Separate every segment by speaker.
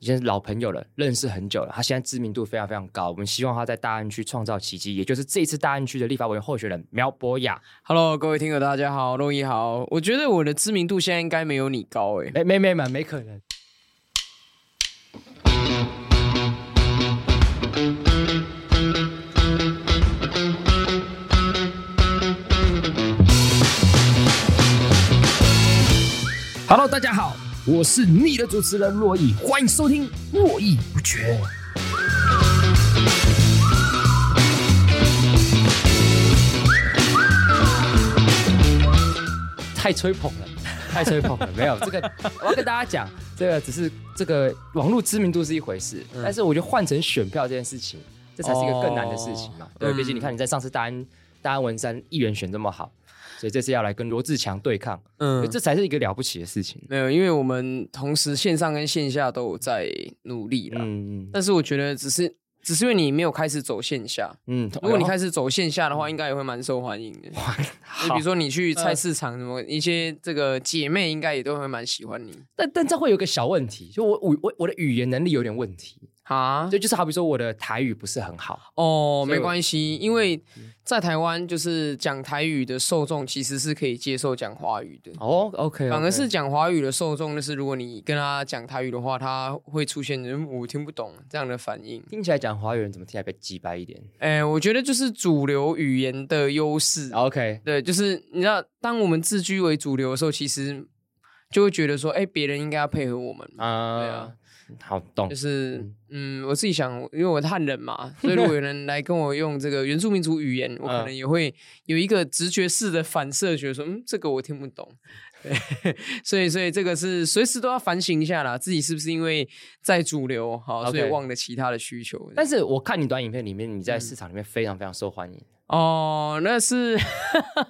Speaker 1: 已经是老朋友了，认识很久了，他现在知名度非常非常高。我们希望他在大安区创造奇迹，也就是这一次大安区的立法委员候选人苗博雅。
Speaker 2: Hello，各位听友，大家好，陆毅好。我觉得我的知名度现在应该没有你高欸诶、
Speaker 1: 没没没没没可能。Hello，大家好，我是你的主持人洛毅，欢迎收听络绎不绝。太吹捧 了，太吹捧了。没有这个，我要跟大家讲，这个只是这个网络知名度是一回事，
Speaker 2: 嗯
Speaker 1: 但是我觉得换成选票这件事情，这才是一个更难的事情嘛。
Speaker 2: 哦
Speaker 1: 对，
Speaker 2: 嗯
Speaker 1: 毕竟你看你在上次大安大安文山议员选这么好，所以这次要来跟罗志强对抗，
Speaker 2: 嗯，
Speaker 1: 这才是一个了不起的事情。
Speaker 2: 没有，因为我们同时线上跟线下都有在努力啦。
Speaker 1: 嗯
Speaker 2: 但是我觉得只是只是因为你没有开始走线下，
Speaker 1: 嗯，
Speaker 2: 如果你开始走线下的话，应该也会蛮受欢迎的。就比如说你去菜市场什么，一些这个姐妹应该也都会蛮喜欢你
Speaker 1: 但但这会有个小问题，就我我我我的语言能力有点问题，
Speaker 2: 啊。
Speaker 1: 就就是好比说我的台语不是很好，
Speaker 2: 哦，
Speaker 1: 所以
Speaker 2: 没
Speaker 1: 我嗯
Speaker 2: 关系，因为在台湾就是讲台语的受众其实是可以接受讲华语的。
Speaker 1: 哦，OK，
Speaker 2: 反而是讲华语的受众，就是如果你跟他讲台语的话，他会出现嗯我听不懂这样的反应。
Speaker 1: 听起来讲华语人怎么听起来比较鸡掰一点
Speaker 2: 哎、我觉得就是主流语言的优势。
Speaker 1: ？OK，
Speaker 2: 对，就是你知道，当我们自居为主流的时候，其实就会觉得说，哎、别人应该要配合我们。对
Speaker 1: 啊
Speaker 2: 啊，
Speaker 1: 好懂
Speaker 2: 就，是，嗯，我自己想，因为我是汉人嘛，所以如果有人来跟我用这个原住民族语言，我可能也会有一个直觉式的反射，觉得说，嗯，这个我听不懂。对，所以，所以这个是随时都要反省一下啦，自己是不是因为在主流，好，所以
Speaker 1: OK
Speaker 2: 忘了其他的需求。
Speaker 1: 但是我看你短影片里面，你在市场里面非常非常受欢迎。
Speaker 2: 哦，那是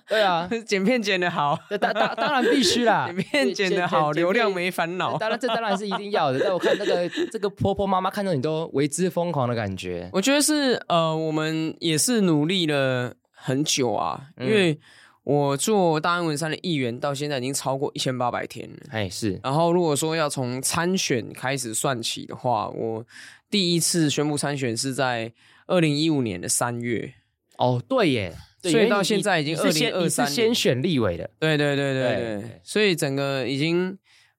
Speaker 1: 对 啊，
Speaker 2: 剪片剪的好，
Speaker 1: 这当当当然必须 啦，
Speaker 2: 啊剪片剪的好，流量没烦恼。
Speaker 1: 当然这当然是一定要的。但我看那个这个婆婆妈妈看到你都为之疯狂的感觉。
Speaker 2: 我觉得是呃，我们也是努力了很久啊，
Speaker 1: 嗯
Speaker 2: 因为我做大安文山的议员到现在已经超过一千八百天了。
Speaker 1: 哎，是
Speaker 2: 然后如果说要从参选开始算起的话，我第一次宣布参选是在二零一五年的三月。
Speaker 1: 哦，对耶，对
Speaker 2: 所以
Speaker 1: 因为
Speaker 2: 到
Speaker 1: 你
Speaker 2: 现在已经
Speaker 1: 你是先
Speaker 2: 2023
Speaker 1: 你是先
Speaker 2: 年
Speaker 1: 选立委的，
Speaker 2: 对对对对
Speaker 1: 对
Speaker 2: 对，
Speaker 1: 对
Speaker 2: 所以整个已经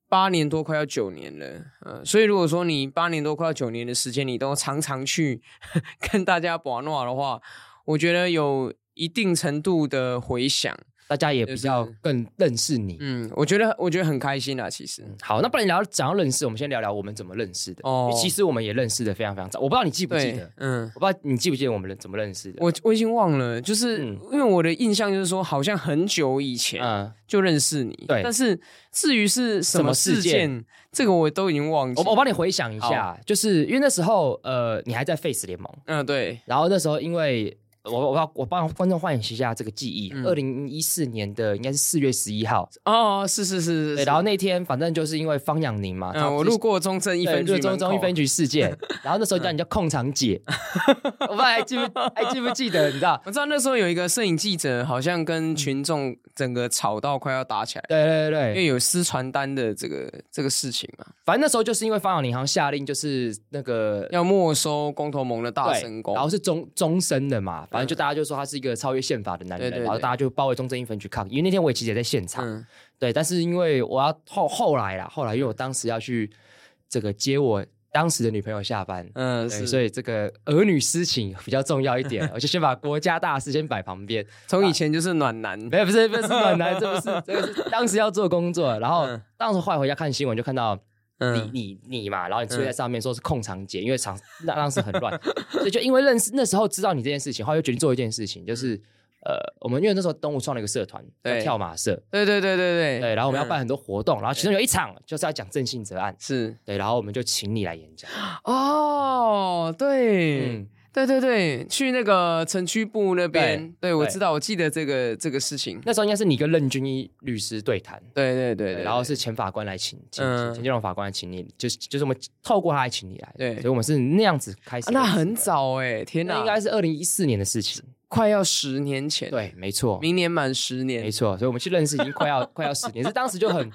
Speaker 2: 八年多，快要九年了。嗯、所以如果说你八年多快要九年的时间，你都常常去 跟大家玩闹的话，我觉得有一定程度的回响。
Speaker 1: 大家也比较更认识你。
Speaker 2: 嗯，我觉得我觉得很开心啊，其实。
Speaker 1: 好，那不然聊讲到认识，我们先聊聊我们怎么认识的。
Speaker 2: 哦
Speaker 1: 哦，其实我们也认识的非常非常早，我不知道你记不记
Speaker 2: 对
Speaker 1: 得，，
Speaker 2: 嗯，
Speaker 1: 我不知道你记不记得我们认怎么认识的。
Speaker 2: 我我已经忘了，就是、
Speaker 1: 嗯
Speaker 2: 因为我的印象就是说，好像很久以前
Speaker 1: 嗯，
Speaker 2: 就认识你，
Speaker 1: 对
Speaker 2: 但是至于是什
Speaker 1: 什
Speaker 2: 么
Speaker 1: 么事
Speaker 2: 事
Speaker 1: 件
Speaker 2: 件，这个我都已经忘记。
Speaker 1: 我我帮你回想一下，就是因为那时候呃，你还在 Face 联盟，
Speaker 2: 嗯、对，
Speaker 1: 然后那时候因为我我我要我帮观众唤醒一下这个记忆，
Speaker 2: 嗯
Speaker 1: 二零一四年的应该是四月十一号，
Speaker 2: 哦，是是是是
Speaker 1: 对，
Speaker 2: 是，
Speaker 1: 然后那天反正就是因为方养宁嘛，她
Speaker 2: 嗯，我
Speaker 1: 就是
Speaker 2: 路过中正一
Speaker 1: 对
Speaker 2: 分局
Speaker 1: 就
Speaker 2: 门
Speaker 1: 是
Speaker 2: 口，
Speaker 1: 中中一分局事 件，然后那时候叫你叫控场姐，我不知道还记不还记不记得，你知道？
Speaker 2: 我知道那时候有一个摄影记者，好像跟群众整个吵到快要打起来，
Speaker 1: 对对对对
Speaker 2: 因，为有私传单的这个这个事情嘛，
Speaker 1: 反正那时候就是因为方小宁好像下令，就是那个
Speaker 2: 要没收公投盟的大
Speaker 1: 对
Speaker 2: 神功
Speaker 1: 然。后是终终身的嘛，反正就大家就说他是一个超越宪法的男人，
Speaker 2: 嗯对对对
Speaker 1: 然后大家就包围中正一分去抗议。因为那天我也其实也在现场，
Speaker 2: 嗯，
Speaker 1: 对，但是因为我要后后来啦，后来因为我当时要去这个接我当时的女朋友下班。
Speaker 2: 嗯，
Speaker 1: 对，
Speaker 2: 是，
Speaker 1: 所以这个儿女私情比较重要一 点，我就先把国家大事先摆旁边。
Speaker 2: 从以前就是暖男，
Speaker 1: 没有，不是，不是暖男，这不是，这个是当时要做工作，然后
Speaker 2: 嗯
Speaker 1: 当时后来回家看新闻，就看到你
Speaker 2: 嗯，
Speaker 1: 你你嘛，然后你出现在上面说是控场姐，因为场那当时很乱，所以就因为认识那时候知道你这件事情，后来就决定做一件事情，就是呃，我们因为那时候东吴创了一个社团叫
Speaker 2: 嗯对
Speaker 1: 跳马社，
Speaker 2: 对对对对
Speaker 1: 对，然后我们要办
Speaker 2: 嗯
Speaker 1: 很多活动，然后其中有一场就是要讲郑信哲案，
Speaker 2: 是
Speaker 1: 对，然后我们就请你来演讲，
Speaker 2: 哦，对
Speaker 1: 嗯，
Speaker 2: 对对对，去那个城区部那边，对我
Speaker 1: 对
Speaker 2: 知道，我记得这个这个事情，
Speaker 1: 那时候应该是你跟任君一律师对谈。
Speaker 2: 对对对
Speaker 1: 对，
Speaker 2: 对，
Speaker 1: 然后是前法官来请，请
Speaker 2: 嗯
Speaker 1: 请钱建荣法官来请你，就是就是我们透过他来请你来的，
Speaker 2: 对
Speaker 1: 所以我们是那样子开
Speaker 2: 啊
Speaker 1: 始认识的、
Speaker 2: 那很早哎，天哪，
Speaker 1: 那应该是二零一四年的事情，
Speaker 2: 快要十年前，，
Speaker 1: 对，没错，
Speaker 2: 明年满十年
Speaker 1: 哦没，错，所以我们去认识已经快要 快要十年，是当时就很，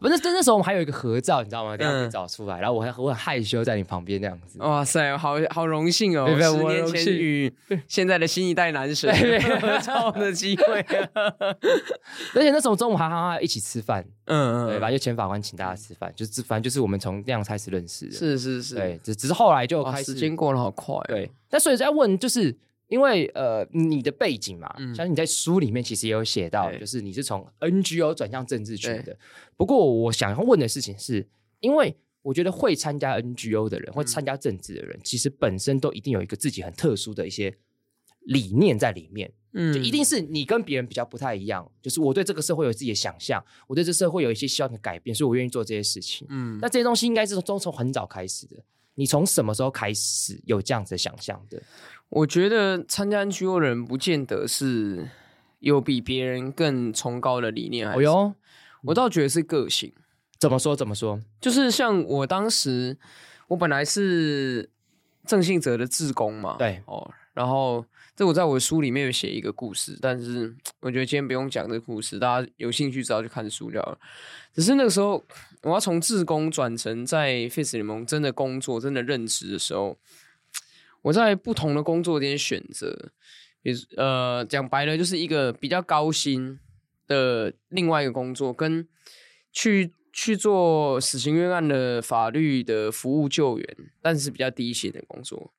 Speaker 1: 不是，那那时候我们还有一个合照，你知道吗？等一下
Speaker 2: 嗯
Speaker 1: 可以找出来，然后我还我很害羞在你旁边那样子。
Speaker 2: 哇塞，好好荣幸哦！
Speaker 1: 没有没有
Speaker 2: 十
Speaker 1: 我
Speaker 2: 年
Speaker 1: 荣
Speaker 2: 前
Speaker 1: 幸
Speaker 2: 与现在的新一代男神
Speaker 1: 对
Speaker 2: 合照的机会，
Speaker 1: 啊而且那时候中午还还还一起吃饭，
Speaker 2: 嗯
Speaker 1: 对，吧？就前法官请大家吃饭，就是反正就是我们从那样开始认识的。，
Speaker 2: 是是是，
Speaker 1: 对，只只是后来就
Speaker 2: 哇，
Speaker 1: 开
Speaker 2: 时
Speaker 1: 始
Speaker 2: 间过得好快、哦，
Speaker 1: 对，那所以在问，就是因为呃，你的背景嘛，相信你在书里面其实也有写到，
Speaker 2: 嗯对
Speaker 1: 就是你是从 NGO 转向政治圈
Speaker 2: 对
Speaker 1: 的。不过我想要问的事情是，因为我觉得会参加 NGO 的人，
Speaker 2: 嗯
Speaker 1: 会参加政治的人，其实本身都一定有一个自己很特殊的一些理念在里面。
Speaker 2: 嗯，
Speaker 1: 就一定是你跟别人比较不太一样，就是我对这个社会有自己的想象，我对这社会有一些希望的改变，所以我愿意做这些事情。
Speaker 2: 嗯，
Speaker 1: 那这些东西应该是从从很早开始的。你从什么时候开始有这样子的想象的？
Speaker 2: 我觉得参加 NGO 的人不见得是有比别人更崇高的理念，还
Speaker 1: 哦
Speaker 2: 是、
Speaker 1: 哟，
Speaker 2: 我倒觉得是个性，
Speaker 1: 怎么说怎么说？
Speaker 2: 就是像我当时，我本来是郑信哲的志工嘛，
Speaker 1: 对
Speaker 2: 哦，然后这我在我的书里面有写一个故事，但是我觉得今天不用讲这个故事，大家有兴趣只要去看书就好了。只是那个时候，我要从志工转成在 Face 联盟真的工作、真的任职的时候，我在不同的工作点选择，比如呃，讲白了就是一个比较高薪的另外一个工作，跟去去做死刑冤案的法律的服务救援，但是比较低薪的工作。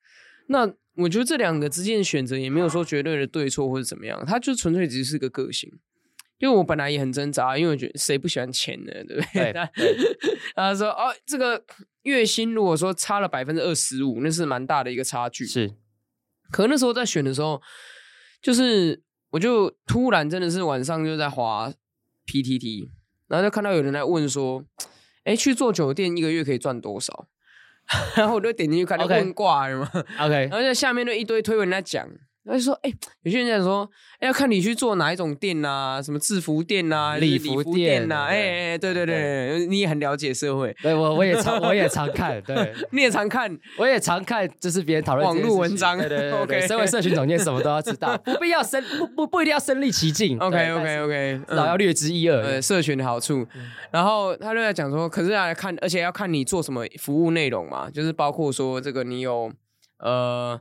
Speaker 2: 那我觉得这两个之间的选择也没有说绝对的对错或者怎么样，它就纯粹只是个个性。因为我本来也很挣扎，因为我觉得谁不喜欢钱呢， 对不对？
Speaker 1: 对
Speaker 2: 但他说哦，这个月薪如果说差了百分之二十五，那是蛮大的一个差距。
Speaker 1: 是
Speaker 2: 可那时候在选的时候，就是我就突然真的是晚上就在滑 PTT，然后就看到有人来问说：“哎，去做酒店一个月可以赚多少？” 然后我就点进去看，就
Speaker 1: OK
Speaker 2: 问挂了嘛。
Speaker 1: OK，
Speaker 2: 然后在下面就一堆推文在讲，然后就说：“哎，有些人在说，哎，要看你去做哪一种店呐、什么制服店呐、
Speaker 1: 礼
Speaker 2: 就是
Speaker 1: 服
Speaker 2: 服
Speaker 1: 店
Speaker 2: 店呐、
Speaker 1: 对
Speaker 2: 哎哎，对对对，你也很了解社会，
Speaker 1: 对我我也常我也常看，对
Speaker 2: 你也常看
Speaker 1: 我也常看，就是别人讨论这件事情
Speaker 2: 网络文章
Speaker 1: 对对对
Speaker 2: OK
Speaker 1: 对，身为社群总监什么都要知 道，不必要身不不不一定要身临其境。
Speaker 2: ，OK
Speaker 1: 对
Speaker 2: OK
Speaker 1: 但
Speaker 2: OK，
Speaker 1: 是至少要嗯略知一二
Speaker 2: 呃。社群的好处。然后他就在讲说，可是要来看，而且要看你做什么服务内容嘛，就是包括说这个你有呃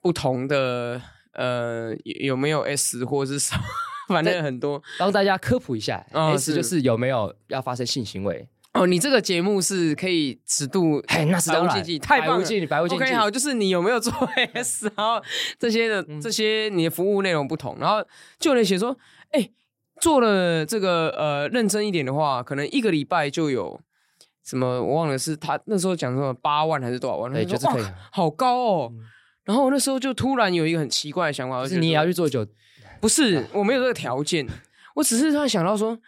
Speaker 2: 不同的呃有有没有 S 或是什么， 反正很多。
Speaker 1: 帮大家科普一下
Speaker 2: 哦
Speaker 1: ，S
Speaker 2: 是
Speaker 1: 就是有没有要发生性行为？
Speaker 2: 哦，你这个节目是可以尺度
Speaker 1: 嘿，那是
Speaker 2: 百
Speaker 1: 当
Speaker 2: 无
Speaker 1: 然
Speaker 2: 禁忌，，太
Speaker 1: 百
Speaker 2: 棒
Speaker 1: 无
Speaker 2: 了。
Speaker 1: 禁忌，百无禁忌
Speaker 2: OK，。好，就是你有没有做 S，然后这些的、这些你的服务内容不同，然后就有人写说，哎、做了这个呃认真一点的话，可能一个礼拜就有什么我忘了是他那时候讲什么八万还是多少万，
Speaker 1: 对
Speaker 2: 我说
Speaker 1: 就是可以
Speaker 2: 哇好高哦。然后我那时候就突然有一个很奇怪的想法，我
Speaker 1: 就
Speaker 2: 就是觉
Speaker 1: 你也
Speaker 2: 得啊
Speaker 1: 要去做酒，
Speaker 2: 不是，我没有这个条 件，我只是突然想到说，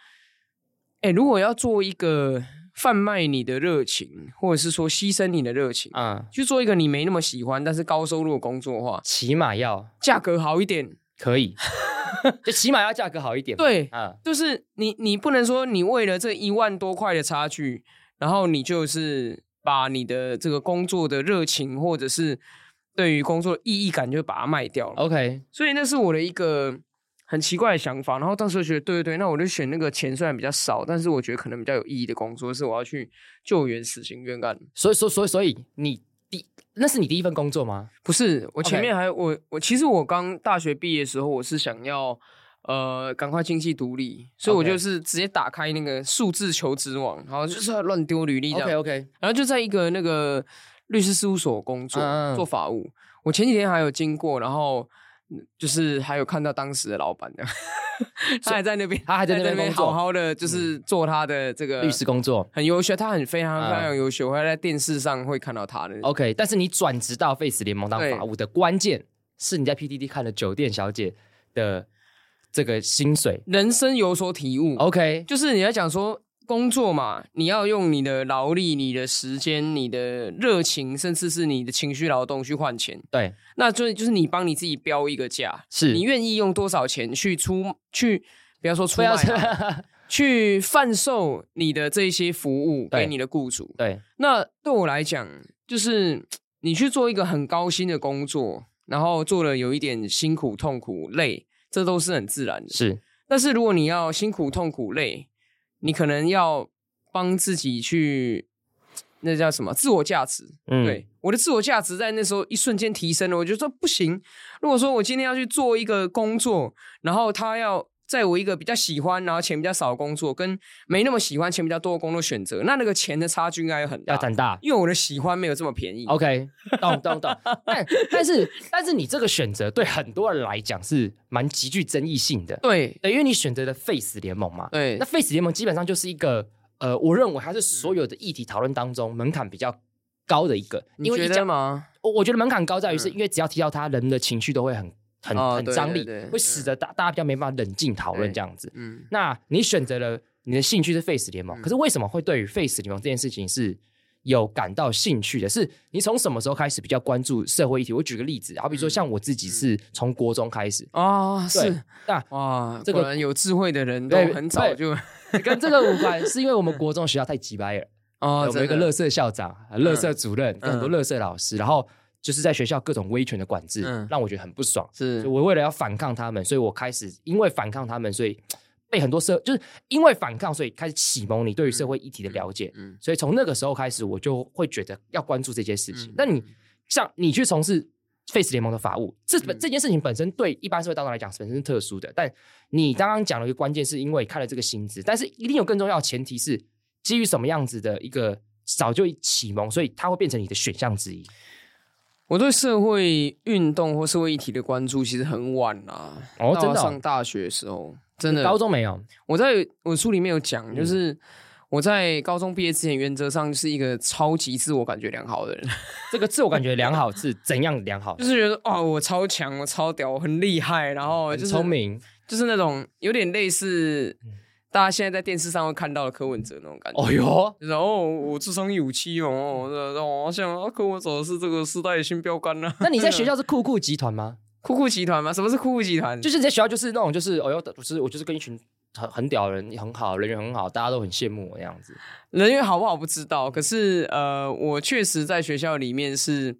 Speaker 2: 哎、如果要做一个贩卖你的热情，或者是说牺牲你的热情，
Speaker 1: 嗯，
Speaker 2: 去做一个你没那么喜欢但是高收入的工作的话，
Speaker 1: 起码要
Speaker 2: 价格好一点。
Speaker 1: 可 以，就起码要价格好一点。，
Speaker 2: 对，
Speaker 1: 嗯，
Speaker 2: 就是你你不能说你为了这一万多块的差距，然后你就是把你的这个工作的热情或者是对于工作的意义感就把它卖掉了。
Speaker 1: OK，
Speaker 2: 所以那是我的一个很奇怪的想法。然后当时就觉得，对对对，那我就选那个钱虽然比较少，但是我觉得可能比较有意义的工作，是我要去救援死刑冤案。
Speaker 1: 所以所以所以所以你第那是你第一份工作吗？
Speaker 2: 不是，我前
Speaker 1: OK
Speaker 2: 面还我我其实我刚大学毕业的时候，我是想要呃赶快经济独立，所以我
Speaker 1: OK
Speaker 2: 就是直接打开那个数字求职网，然后就是要乱丢履历这样
Speaker 1: OK，
Speaker 2: 然后就在一个那个律师事务所工作，
Speaker 1: 嗯嗯
Speaker 2: 做法务。我前几天还有经过，然后嗯就是还有看到当时的老板的， 他还在那边，
Speaker 1: 他还在那边工作嗯
Speaker 2: 好好的，就是做他的这个
Speaker 1: 律师工作
Speaker 2: 很优秀，他很非常
Speaker 1: 嗯
Speaker 2: 非常优秀，我还在电视上会看到他的。
Speaker 1: OK，但是你转职到 Face 联盟当
Speaker 2: 对
Speaker 1: 法务的关键是你在 PDD 看了酒店小姐的这个薪水。
Speaker 2: 人生有所体悟，
Speaker 1: OK，
Speaker 2: 就是你要讲说工作嘛，你要用你的劳力、你的时间、你的热情，甚至是你的情绪劳动去换钱。
Speaker 1: 对，
Speaker 2: 那就就是你帮你自己标一个价，
Speaker 1: 是
Speaker 2: 你愿意用多少钱去出去，不要说出
Speaker 1: 不
Speaker 2: 卖
Speaker 1: 要
Speaker 2: 啊， 去贩售你的这些服务
Speaker 1: 对。
Speaker 2: 给你的雇主
Speaker 1: 对
Speaker 2: 那对我来讲，就是你去做一个很高薪的工作，然后做了有一点辛苦、痛苦、累，这都是很自然的。
Speaker 1: 是
Speaker 2: 但是如果你要辛苦、痛苦、累，你可能要帮自己去，那叫什么？自我价值。
Speaker 1: 嗯
Speaker 2: 对，我的自我价值在那时候一瞬间提升了。我就说不行，如果说我今天要去做一个工作，然后他要在我一个比较喜欢，然后钱比较少的工作，跟没那么喜欢钱比较多的工作选择，那那个钱的差距应该有很
Speaker 1: 要哦
Speaker 2: 大。
Speaker 1: 长大。
Speaker 2: 因为我的喜欢没有这么便宜。
Speaker 1: OK，懂懂懂。 但但是但是你这个选择对很多人来讲是蛮极具争议性的，
Speaker 2: 对
Speaker 1: 对，因为你选择了 Face 联盟嘛，
Speaker 2: 对
Speaker 1: 那 Face 联盟基本上就是一个呃，我认为它是所有的议题讨论当中门槛比较高的一个，
Speaker 2: 你
Speaker 1: 因为
Speaker 2: 觉
Speaker 1: 一
Speaker 2: 得
Speaker 1: 讲
Speaker 2: 吗？
Speaker 1: 我我觉得门槛高在于是
Speaker 2: 嗯
Speaker 1: 因为只要提到它，人的情绪都会很很、
Speaker 2: 哦
Speaker 1: 很
Speaker 2: 对
Speaker 1: 张
Speaker 2: 对
Speaker 1: 力，
Speaker 2: 对
Speaker 1: 会使得大大家比较没办法冷静讨论这样子。
Speaker 2: 嗯，
Speaker 1: 那你选择了你的兴趣是 Face 联盟，
Speaker 2: 嗯
Speaker 1: 可是为什么会对于 Face 联盟这件事情是有感到兴趣的？是你从什么时候开始比较关注社会议题？我举个例子，好比说像我自己是从国中开始，
Speaker 2: 啊、
Speaker 1: 对
Speaker 2: 嗯是
Speaker 1: 那
Speaker 2: 哇，
Speaker 1: 这
Speaker 2: 这
Speaker 1: 个
Speaker 2: 个有智慧的人都
Speaker 1: 对
Speaker 2: 很早
Speaker 1: 对
Speaker 2: 就
Speaker 1: 跟这个无关，是因为我们国中学校太鸡掰了。
Speaker 2: 哦
Speaker 1: 我们有一个
Speaker 2: 真的
Speaker 1: 乐色校长、乐色主任，跟很多
Speaker 2: 嗯
Speaker 1: 乐色老师，然后就是在学校各种威权的管制，
Speaker 2: 嗯
Speaker 1: 让我觉得很不爽。所以
Speaker 2: 是
Speaker 1: 我为了要反抗他们，所以我开始因为反抗他们，所以被很多社就是因为反抗，所以开始启蒙你对于社会议题的了解。
Speaker 2: 嗯
Speaker 1: 所以从那个时候开始，我就会觉得要关注这些事情
Speaker 2: 嗯。
Speaker 1: 那你像你去从事 Face 联盟的法务，这本
Speaker 2: 嗯
Speaker 1: 这件事情本身对一般社会大众来讲本身是特殊的，但你刚刚讲了一个关键，是因为看了这个薪资，但是一定有更重要的前提是基于什么样子的一个早就启蒙，所以它会变成你的选项之一。
Speaker 2: 我对社会运动或社会议题的关注其实很晚啦，
Speaker 1: 哦
Speaker 2: 到
Speaker 1: 真的哦
Speaker 2: 上大学的时候，真的。
Speaker 1: 高中嗯没有，
Speaker 2: 我在我书里面有讲，就是我在高中毕业之前，原则上是一个超级自我感觉良好的人，
Speaker 1: 这个自我感觉良好是怎样良好？
Speaker 2: 就是觉得哦，我超强，我超屌，我很厉害，然后
Speaker 1: 很
Speaker 2: 就是
Speaker 1: 聪，明嗯
Speaker 2: 就是那种有点类似大家现在在电视上会看到的柯文哲那种感觉。
Speaker 1: 哦哟，
Speaker 2: 然后我智商一五七哦，然后我想，啊，柯文哲是这个时代的新标杆呢、啊。
Speaker 1: 那你在 学校是酷酷集团吗？
Speaker 2: 酷酷集团吗？什么是酷酷集团？
Speaker 1: 就是你在学校就是那种就是哦哟，我是我就是跟一群很很屌的人，很好，人缘很好，大家都很羡慕我那样子。
Speaker 2: 人缘好不好不知道，可是呃，我确实在学校里面是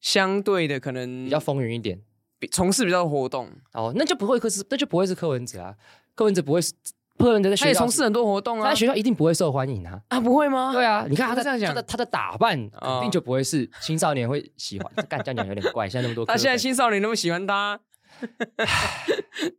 Speaker 2: 相对的，可能
Speaker 1: 比较风云一点。
Speaker 2: 比从事比较多活动，
Speaker 1: 哦，那就不会是，那就不会是柯文哲啊，柯文哲不会是，柯文哲在
Speaker 2: 他
Speaker 1: 学
Speaker 2: 也
Speaker 1: 校
Speaker 2: 从事很多活动
Speaker 1: 他
Speaker 2: 啊
Speaker 1: 在。学校一定不会受欢迎啊。
Speaker 2: 啊，不会吗？
Speaker 1: 对啊，你看他
Speaker 2: 不
Speaker 1: 的
Speaker 2: 是这样讲
Speaker 1: 他的他的打扮肯
Speaker 2: 哦
Speaker 1: 定就不会是青少年会喜欢。干这样讲有点怪，现在那么多柯
Speaker 2: 他
Speaker 1: 粉，
Speaker 2: 现在青少年那么喜 欢他，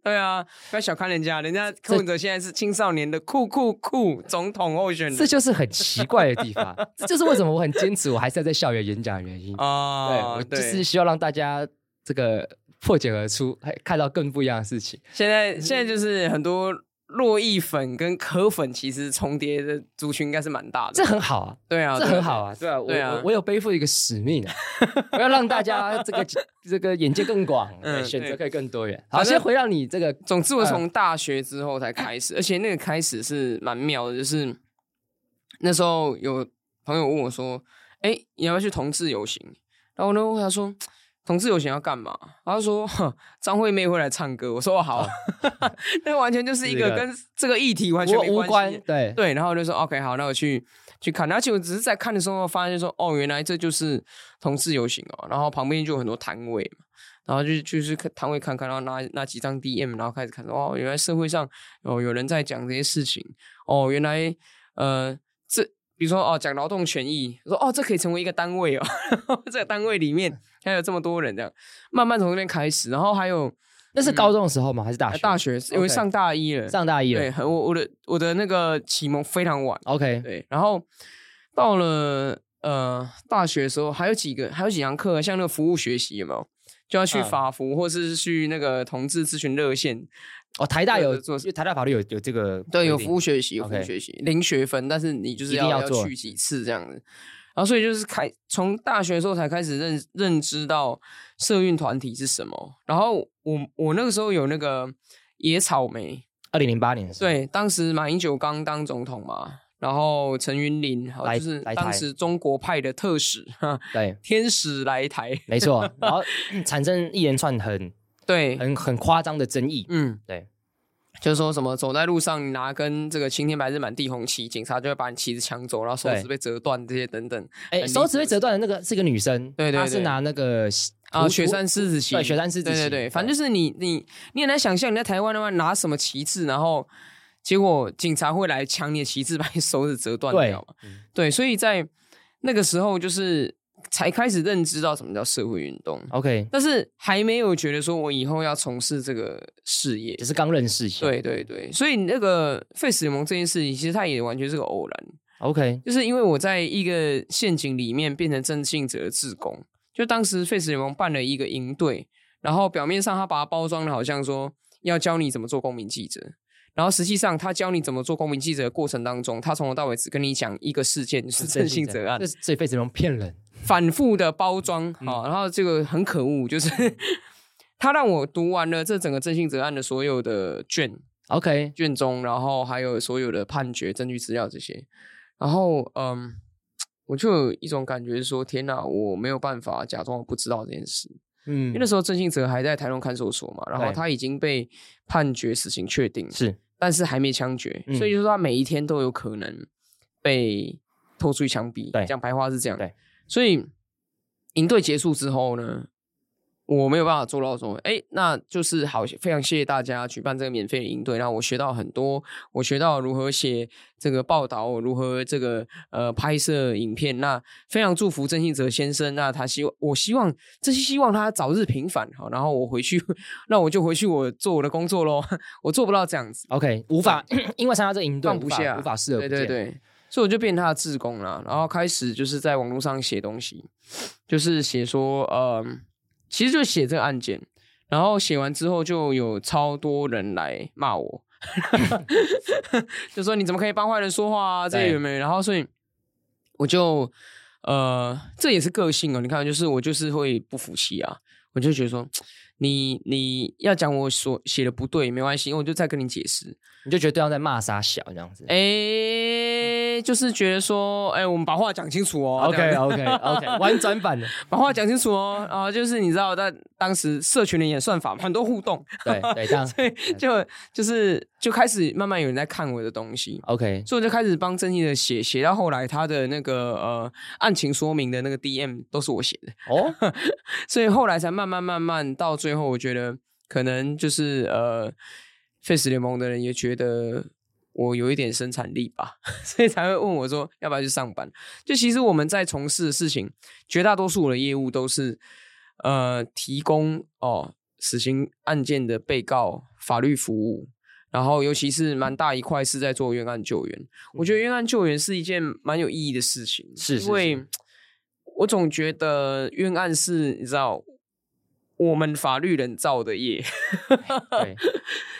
Speaker 2: 对啊，不要小看人家，人家柯文哲现在是青少年的酷酷酷总统候选
Speaker 1: 这
Speaker 2: 人
Speaker 1: 就是很奇怪的地方，这就是为什么我很坚持我还是要在校园演讲的原因。对，
Speaker 2: 啊
Speaker 1: 我就是希望让大家这个破茧而出，还看到更不一样的事情。
Speaker 2: 现在现在就是很多洛邑粉跟柯粉其实重叠的族群应该是蛮大的，
Speaker 1: 这很好啊，
Speaker 2: 对啊，
Speaker 1: 这
Speaker 2: 对啊
Speaker 1: 很好啊，对啊，我
Speaker 2: 对啊
Speaker 1: 我我有背负一个使命 啊，我要让大家这个这个眼界更广，
Speaker 2: 嗯
Speaker 1: 对选择
Speaker 2: 对
Speaker 1: 可以更多元。好，
Speaker 2: 反正
Speaker 1: 先回到你这个
Speaker 2: 总之，我从大学之后才开始，而且那个开始是蛮妙的，就是那时候有朋友问我说：“哎、你要不要去同志游行？”然后呢，我想说。同志游行要干嘛？他说哼张惠妹会来唱歌。我说哦好， 那完全就是一
Speaker 1: 是一
Speaker 2: 个
Speaker 1: 个
Speaker 2: 跟这个议题完全
Speaker 1: 我
Speaker 2: 没
Speaker 1: 无
Speaker 2: 关
Speaker 1: 关
Speaker 2: 系。，
Speaker 1: 对，
Speaker 2: 对，然后我就说 OK 好，那我去去看。而且我只是在看的时候发现说，哦，原来这就是同志游行哦。然后旁边就有很多摊位嘛，然后就就是看摊位看看，然后拿拿几张 DM，然后开始看说，哦，原来社会上哦有人在讲这些事情，哦，原来呃这。比如说哦，讲劳动权益，说哦，这可以成为一个单位哦， 这个单位里
Speaker 1: 嗯
Speaker 2: 面还有这么多人这样，慢慢从那边开始，然后还有
Speaker 1: 那是高中的时候吗？还是大学？
Speaker 2: 嗯呃大学，因为
Speaker 1: OK
Speaker 2: 上大一了，
Speaker 1: 上大一
Speaker 2: 对，
Speaker 1: 了。
Speaker 2: 很我我的我的那个启蒙非常晚，
Speaker 1: OK，
Speaker 2: 对，然后到了呃大学的时候，还有几个还有几堂课，像那个服务学习有没有？就要去
Speaker 1: 嗯
Speaker 2: 法服，或是去那个同志咨询热线，
Speaker 1: 哦，台大有，
Speaker 2: 对做
Speaker 1: 因为台大法律有有这个
Speaker 2: 对，有
Speaker 1: 规定
Speaker 2: 服务学习，有服务
Speaker 1: OK
Speaker 2: 学习，零学分，但是你就是
Speaker 1: 一
Speaker 2: 要
Speaker 1: 定要做
Speaker 2: 去几次这样子。然后所以就是开从大学的时候才开始认认知到社运团体是什么。然后我我那个时候有那个野草莓，
Speaker 1: 二零零八年的时候，
Speaker 2: 对，当时马英九刚当总统嘛，然后陈云林，好
Speaker 1: 来
Speaker 2: 就是
Speaker 1: 来
Speaker 2: 当
Speaker 1: 台
Speaker 2: 时中国派的特使，哈
Speaker 1: 对，
Speaker 2: 天使来台，
Speaker 1: 没错。然后产生一连串很
Speaker 2: 对，
Speaker 1: 很很夸张的争议，
Speaker 2: 嗯，
Speaker 1: 对，
Speaker 2: 就是说什么走在路上，你拿根这个青天白日满地红旗，警察就会把你旗子抢走，然后手
Speaker 1: 对
Speaker 2: 指被折断这些等等，
Speaker 1: 哎，
Speaker 2: 很
Speaker 1: 手指
Speaker 2: 离
Speaker 1: 被折断的那个是一个女生，
Speaker 2: 对对
Speaker 1: 她是
Speaker 2: 对
Speaker 1: 拿那个
Speaker 2: 啊，
Speaker 1: 图
Speaker 2: 雪山狮子旗，
Speaker 1: 对雪山狮子旗
Speaker 2: 对对对，
Speaker 1: 对
Speaker 2: 反正就是你你你很难想象你在台湾的话拿什么旗帜，然后结果警察会来抢你的旗帜，把你手指折断
Speaker 1: 对嗯
Speaker 2: 掉嘛。对，所以在那个时候就是才开始认知到什么叫社会运动，
Speaker 1: OK，
Speaker 2: 但是还没有觉得说我以后要从事这个事业
Speaker 1: 只。是刚认识一下。
Speaker 2: 对对对，所以那个 Face 联盟这件事情，其实它也完全是个偶然。
Speaker 1: ，OK，
Speaker 2: 就是因为我在一个陷阱里面变成正信者的志工，就当时 Face 联盟办了一个营队，然后表面上他把它包装的好像说要教你怎么做公民记者，然后实际上他教你怎么做公民记者的过程当中，他从头到尾只跟你讲一个事件，就是 正信者 案
Speaker 1: 这，这辈子能骗人。
Speaker 2: 反复的包装，好、然后这个很可恶，就是 他让我读完了这整个正信者案的所有的卷，
Speaker 1: OK，
Speaker 2: 卷宗，然后还有所有的判决、证据资料这些。然后，嗯，我就有一种感觉是说，天哪，我没有办法假装我不知道这件事。
Speaker 1: 嗯
Speaker 2: 因为那时候郑信哲还在台中看守所嘛，然后
Speaker 1: 对
Speaker 2: 他已经被判决死刑确定，
Speaker 1: 是
Speaker 2: 但是还没枪决，
Speaker 1: 嗯
Speaker 2: 所以就是说他每一天都有可能被拖出去枪毙。
Speaker 1: 对
Speaker 2: 讲白话是这样。
Speaker 1: 对，
Speaker 2: 所以营队结束之后呢，我没有办法做到说，哎，那就是好，非常谢谢大家举办这个免费的营队，让我学到很多，我学到如何写这个报道，我如何这个呃拍摄影片。那非常祝福郑信哲先生，那他希望我希望真心希望他早日平反好，然后我回去， 那我就回去我做我的工作喽，我做不到这样子。
Speaker 1: OK，无法 因为参加这个营队
Speaker 2: 放不
Speaker 1: 无法
Speaker 2: 下
Speaker 1: 无法视而不
Speaker 2: 对
Speaker 1: 见。
Speaker 2: 对对，所以我就变他的志工了，然后开始就是在网络上写东西，就是写说，嗯，其实就写这个案件，然后写完之后就有超多人来骂我， 就说你怎么可以帮坏人说话啊？这
Speaker 1: 对
Speaker 2: 有没有？然后所以我就呃，这也是个性哦。你看，就是我就是会不服气啊，我就觉得说。你你要讲我所写的不对没关系，我就再跟你解释。
Speaker 1: 你就觉得对方在骂傻小这样子。
Speaker 2: 哎诶，哎就是觉得说，哎诶，我们把话讲清楚哦。这
Speaker 1: OK
Speaker 2: 样
Speaker 1: OK OK，玩转版的，
Speaker 2: 把话讲清楚哦。啊、就是你知道，在当时社群的演算法嘛很多互动，
Speaker 1: 对对，这样
Speaker 2: 对，就就是就开始慢慢有人在看我的东西，
Speaker 1: OK
Speaker 2: 所以我就开始帮正义的写，写到后来他的那个呃案情说明的那个 DM 都是我写的，
Speaker 1: 哦，
Speaker 2: 所以后来才慢慢慢慢到最后，我觉得可能就是呃，Face 联盟的人也觉得我有一点生产力吧， 所以才会问我说要不要去上班。就其实我们在从事的事情，绝大多数的业务都是呃提供哦死刑案件的被告法律服务。然后，尤其是蛮大一块是在做冤案救
Speaker 1: 嗯
Speaker 2: 援，我觉得冤案救援是一件蛮有意义的事情，
Speaker 1: 是是
Speaker 2: 因为我总觉得冤案是你知道我们法律人造的业。
Speaker 1: 对，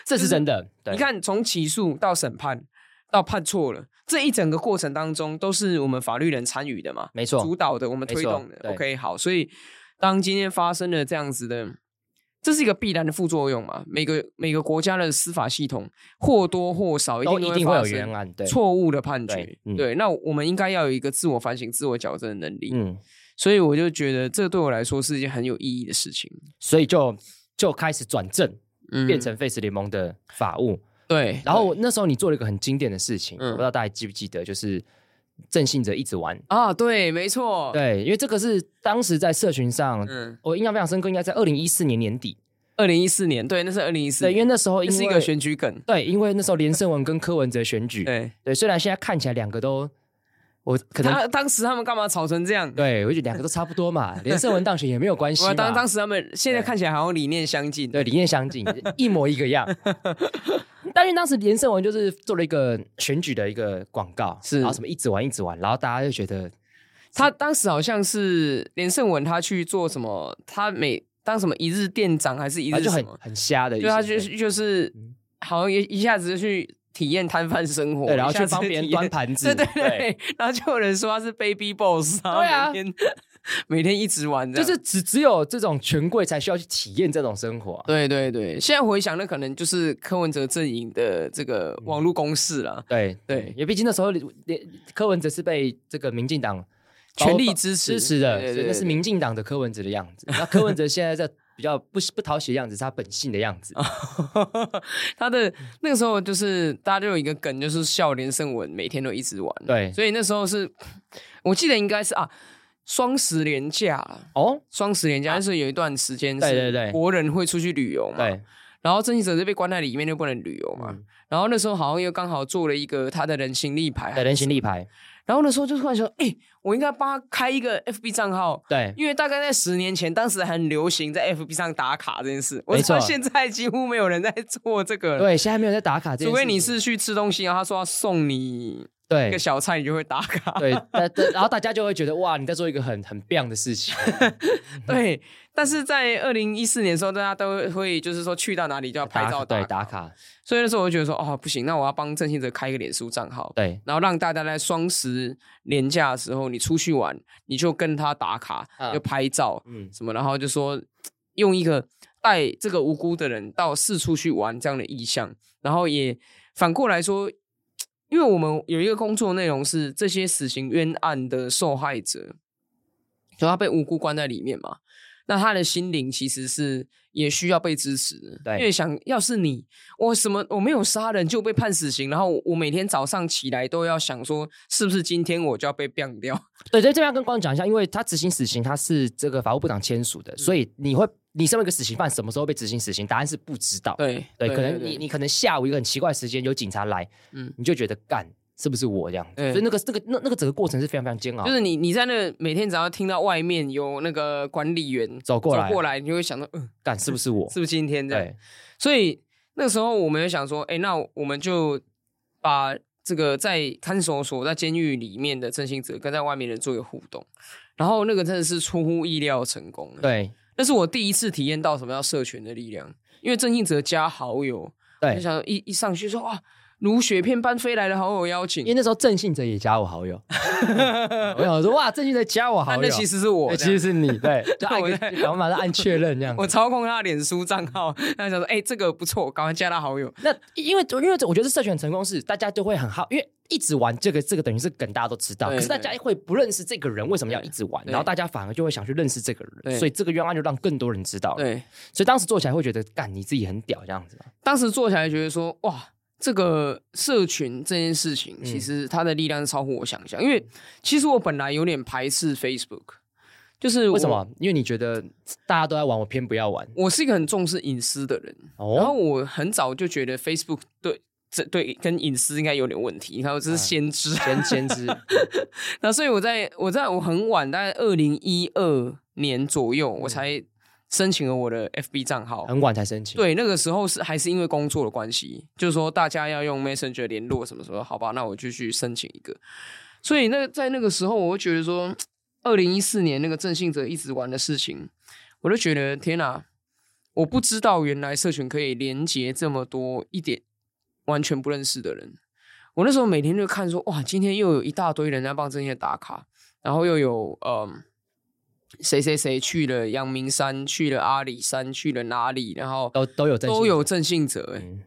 Speaker 1: 这是真的。对
Speaker 2: 你，看，从起诉到审判到判错了，这一整个过程当中都是我们法律人参与的嘛，
Speaker 1: 没
Speaker 2: 主
Speaker 1: 错，
Speaker 2: 导的，我们推动
Speaker 1: 没
Speaker 2: 的。
Speaker 1: 错
Speaker 2: OK，好，所以当今天发生了这样子的。这是一个必然的副作用嘛？每个每个国家的司法系统或多或少一
Speaker 1: 都
Speaker 2: 定
Speaker 1: 一
Speaker 2: 都
Speaker 1: 定会
Speaker 2: 发
Speaker 1: 有
Speaker 2: 生
Speaker 1: 冤案。对，
Speaker 2: 错误的判决。
Speaker 1: 对嗯
Speaker 2: 那我们应该要有一个自我反省、自我矫正的能力。
Speaker 1: 嗯，
Speaker 2: 所以我就觉得这对我来说是一件很有意义的事情，
Speaker 1: 所以就就开始转正，
Speaker 2: 嗯
Speaker 1: 变成 Face 联盟的法务。
Speaker 2: 对。
Speaker 1: 然后那时候你做了一个很经典的事情，
Speaker 2: 嗯
Speaker 1: 我不知道大家记不记得，就是郑信哲一直玩。
Speaker 2: 啊，对，没错，，
Speaker 1: 对，因为这个是当时在社群上，
Speaker 2: 嗯，
Speaker 1: 我印象非常深刻，应该在二零一四年年底。
Speaker 2: 二零一四年，对，那是二零一四，
Speaker 1: 对，因为那时候因
Speaker 2: 那
Speaker 1: 为
Speaker 2: 是一个选举梗，
Speaker 1: 对，因为那时候连胜文跟柯文哲选举，
Speaker 2: 对，
Speaker 1: 对，虽然现在看起来两个都，我可能
Speaker 2: 他当时他们干嘛吵成这样？
Speaker 1: 对，我觉得两个都差不多嘛，连胜文当选也没有 关系嘛
Speaker 2: 哇，当当时他们现在看起来好像理念相近，
Speaker 1: 对理念相近，一模一个样。 但因为当时连胜文就是做了一个选举的一个广告，
Speaker 2: 是
Speaker 1: 然后什么一直玩一直玩，然后大家就觉得
Speaker 2: 他当时好像是连胜文，他去做什么？他每当什么一日店长还是一
Speaker 1: 啊
Speaker 2: 日
Speaker 1: 就
Speaker 2: 什
Speaker 1: 很
Speaker 2: 么？
Speaker 1: 很瞎的一些，
Speaker 2: 对，他就是就是
Speaker 1: 嗯
Speaker 2: 好像一一下子就去体验摊贩生活，
Speaker 1: 对， 然后
Speaker 2: 一
Speaker 1: 去
Speaker 2: 下子
Speaker 1: 帮别人
Speaker 2: 体验
Speaker 1: 端盘子，
Speaker 2: 对对对，然后就有人说他是 baby boss，然后
Speaker 1: 对啊
Speaker 2: 每天每天一直玩这
Speaker 1: 就是
Speaker 2: 样，
Speaker 1: 只只有这种权贵才需要去体验这种生活啊，
Speaker 2: 对对对。现在回想，那可能就是柯文哲阵营的这个
Speaker 1: 嗯
Speaker 2: 网络攻势了，
Speaker 1: 对嗯
Speaker 2: 对
Speaker 1: 因为毕竟那时候连柯文哲是被这个民进党
Speaker 2: 全力支持
Speaker 1: 支持的，
Speaker 2: 对对
Speaker 1: 所以
Speaker 2: 对
Speaker 1: 那是
Speaker 2: 对
Speaker 1: 民进党的柯文哲的样子。那柯文哲现在在比较不不讨喜的样子，是他本性的样子。
Speaker 2: 啊他的那个时候就是大家就有一个梗，就是笑连胜文每天都一直玩，
Speaker 1: 对
Speaker 2: 所以那时候是我记得应该是啊。双十连假啦，
Speaker 1: 哦，
Speaker 2: 双十连假就是有一段时间
Speaker 1: 对对
Speaker 2: 是
Speaker 1: 对
Speaker 2: 国人会出去旅游嘛，
Speaker 1: 对，
Speaker 2: 然后征信者是被关在里面就不能旅游嘛，
Speaker 1: 嗯
Speaker 2: 然后那时候好像又刚好做了一个他的人形立牌，
Speaker 1: 对人形立牌，
Speaker 2: 然后那时候就突然想，哎、我应该帮他开一个 FB 账号。
Speaker 1: 对，
Speaker 2: 因为大概在十年前，当时很流行在 FB 上打卡这件事，我
Speaker 1: 没
Speaker 2: 知道
Speaker 1: 错
Speaker 2: 现在几乎没有人在做这个了。
Speaker 1: 对，现在没有在打卡这件事情，
Speaker 2: 除非你是去吃东西，然后他说要送你一
Speaker 1: 对
Speaker 2: 个小菜，你就会打卡。
Speaker 1: 对，但但然后大家就会觉得哇，你在做一个很很棒的事情，
Speaker 2: 对，但是在二零一四年的时候，大家都会就是说去到哪里就要 拍照
Speaker 1: 打对打
Speaker 2: 打卡
Speaker 1: 卡，
Speaker 2: 所以那时候我就觉得说，哦，不行，那我要帮郑信哲开一个脸书账号，
Speaker 1: 对，
Speaker 2: 然后让大家在双十连假的时候，你出去玩，你就跟他打卡，
Speaker 1: 嗯
Speaker 2: 就拍照
Speaker 1: 嗯，
Speaker 2: 什么，然后就说用一个带这个无辜的人到四处去玩这样的意向，然后也反过来说。因为我们有一个工作内容是这些死刑冤案的受害者，就他被无辜关在里面嘛，那他的心灵其实是也需要被支持的。
Speaker 1: 对
Speaker 2: 因为想要是你，我什么我没有杀人就被判死刑，然后我我每天早上起来都要想说，是不是今天我就要被毙掉？
Speaker 1: 对，所以这边要跟观众讲一下，因为他执行死刑，他是这个法务部长签
Speaker 2: 嗯
Speaker 1: 署的，所以你会，你身为一个死刑犯，什么时候被执行死刑，答案是不知道。
Speaker 2: 对
Speaker 1: 对，可能你你可能下午一个很奇怪的时间有警察来，
Speaker 2: 嗯
Speaker 1: 你就觉得干是不是我这样？
Speaker 2: 对
Speaker 1: 所以那个那个那那个整个过程是非常非常煎熬，
Speaker 2: 就是你你在那每天只要听到外面有那个管理员
Speaker 1: 走过来
Speaker 2: 走过来，你就会想到，嗯，
Speaker 1: 干是不是我？
Speaker 2: 是不是今天这样？
Speaker 1: 对
Speaker 2: 所以那时候我们就想说，哎、那我们就把这个在看守所、在监狱里面的郑信哲跟在外面的人做一个互动，然后那个真的是出乎意料成功的。，
Speaker 1: 对
Speaker 2: 那是我第一次体验到什么叫社群的力量，因为郑信哲加好友，我就
Speaker 1: 对，
Speaker 2: 想说一一上去说哇。如雪片般飞来的好友邀请
Speaker 1: 因为，那时候郑信哲也加我好友， 我想说哇，郑信哲加我好
Speaker 2: 但
Speaker 1: 友，
Speaker 2: 那其实是我
Speaker 1: 对
Speaker 2: 这
Speaker 1: 哎其
Speaker 2: 样，
Speaker 1: 实是你 对，就按
Speaker 2: 我
Speaker 1: 个
Speaker 2: 在
Speaker 1: 然后马上按确认这样子。
Speaker 2: 我操控他的脸书账号，然后想说，哎，这个不错，赶快加他好友。
Speaker 1: 那因为因为我觉得社群很成功是大家都会很好，因为一直玩这个这个等于是梗，大家都知道，
Speaker 2: 对
Speaker 1: 可是大家会不认识这个人为什么要一直玩，
Speaker 2: 对
Speaker 1: 然后大家反而就会想去认识这个
Speaker 2: 对
Speaker 1: 人，所以这个冤案就让更多人知道了。
Speaker 2: 对，
Speaker 1: 所以当时做起来会觉得，干你自己很屌这样子嘛。
Speaker 2: 当时做起来觉得说，哇，这个社群这件事情，
Speaker 1: 嗯
Speaker 2: 其实它的力量是超乎我想象。因为其实我本来有点排斥 Facebook，就是我
Speaker 1: 为什？么？因为你觉得大家都在玩，我偏不要玩。
Speaker 2: 我是一个很重视隐私的人，然后
Speaker 1: 哦，
Speaker 2: 我很早就觉得 Facebook 对这对跟隐私应该有点问题，你看我这是先知。
Speaker 1: 哎先先 知，嗯
Speaker 2: 那所以我在我在我很晚，大概二零一二年左右，我才申请了我的 FB 账号。
Speaker 1: 很晚才申请。，
Speaker 2: 对，那个时候是还是因为工作的关系，就是说大家要用 Messenger 联络什么什么，好吧，那我就去申请一个。所以那在那个时候，我会觉得说，二零一四年那个郑信哲一直玩的事情，我就觉得天哪、我不知道原来社群可以连接这么多一点完全不认识的人。我那时候每天就看说，哇，今天又有一大堆人在帮郑信哲打卡，然后又有嗯。谁谁谁去了阳明山，去了阿里山，去了哪里？然后
Speaker 1: 都都有真
Speaker 2: 都有正信者、欸
Speaker 1: 嗯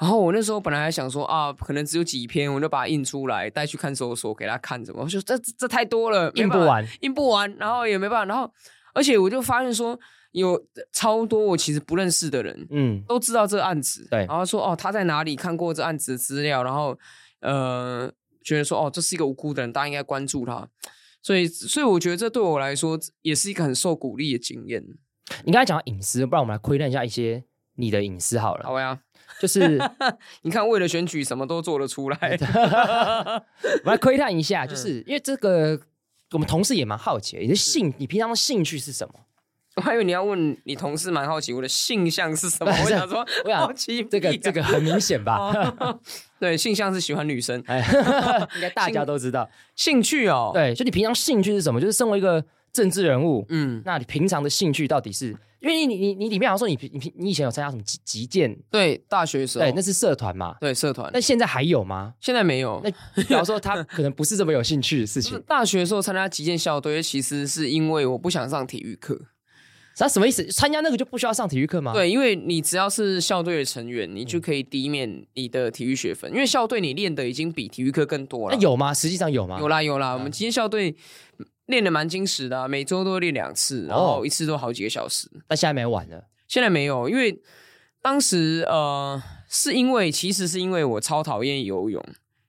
Speaker 2: 然后我那时候本来还想说啊，可能只有几篇，我就把它印出来带去看守所给他看，怎么？我说这这太多了，没
Speaker 1: 印不
Speaker 2: 办法，
Speaker 1: 完。
Speaker 2: 印不完，然后也没办法，然后而且我就发现说有超多我其实不认识的人
Speaker 1: 嗯，
Speaker 2: 都知道这个案子，
Speaker 1: 对
Speaker 2: 然后说哦他在哪里看过这案子的资料，然后呃觉得说哦这是一个无辜的人，大家应该关注他，所以所以我觉得这对我来说也是一个很受鼓励的经验，
Speaker 1: 你刚才讲到隐私，不然我们来窥探一下一些你的隐私好了。
Speaker 2: 好呀，
Speaker 1: 就是
Speaker 2: 你看为了选举什么都做得出
Speaker 1: 嗯
Speaker 2: 来。
Speaker 1: 我们来窥探一
Speaker 2: 嗯
Speaker 1: 下，就是因为这个，我们同事也蛮好奇的，你的兴，你平常的兴趣是什么？
Speaker 2: 我还以为你要问你同事，蛮好奇我的性向是什么。
Speaker 1: 不
Speaker 2: 我
Speaker 1: 是
Speaker 2: 想说，
Speaker 1: 我想
Speaker 2: 好奇
Speaker 1: 这 个这
Speaker 2: 个，
Speaker 1: 个很明显吧？
Speaker 2: 哦 对，性向是喜欢女生，
Speaker 1: 哎， 应该大家都知道。
Speaker 2: 兴趣哦，，
Speaker 1: 对，就你平常兴趣是什么？就是身为一个政治人物，
Speaker 2: 嗯，
Speaker 1: 那你平常的兴趣到底是？因为你你你里面好像说你平你平你以前有参加什么击击剑？
Speaker 2: 对，大学的时候，
Speaker 1: 对，那是社团嘛。
Speaker 2: 对社团
Speaker 1: 那，现在还有吗？
Speaker 2: 现在没 有。
Speaker 1: 那比方说他可能不是这么有兴趣的事
Speaker 2: 是
Speaker 1: 情，
Speaker 2: 大学的时候参加击剑校队，其实是因为我不想上体育课。
Speaker 1: 他什么意思？参加那个就不需要上体育课吗？，
Speaker 2: 对，因为你只要是校队的成员，你
Speaker 1: 嗯
Speaker 2: 就可以抵免你的体育学分，因为校队你练的已经比体育课更多
Speaker 1: 那
Speaker 2: 了。
Speaker 1: 有啊吗？实际上有吗？
Speaker 2: 有啦有啦，我们击剑校队练的蛮精实的啊、每周都练两
Speaker 1: 哦
Speaker 2: 次，然后一次都好几个小时。
Speaker 1: 但现在没玩了。
Speaker 2: 现在没有，因为当时呃，是因为其实是因为我超讨厌游泳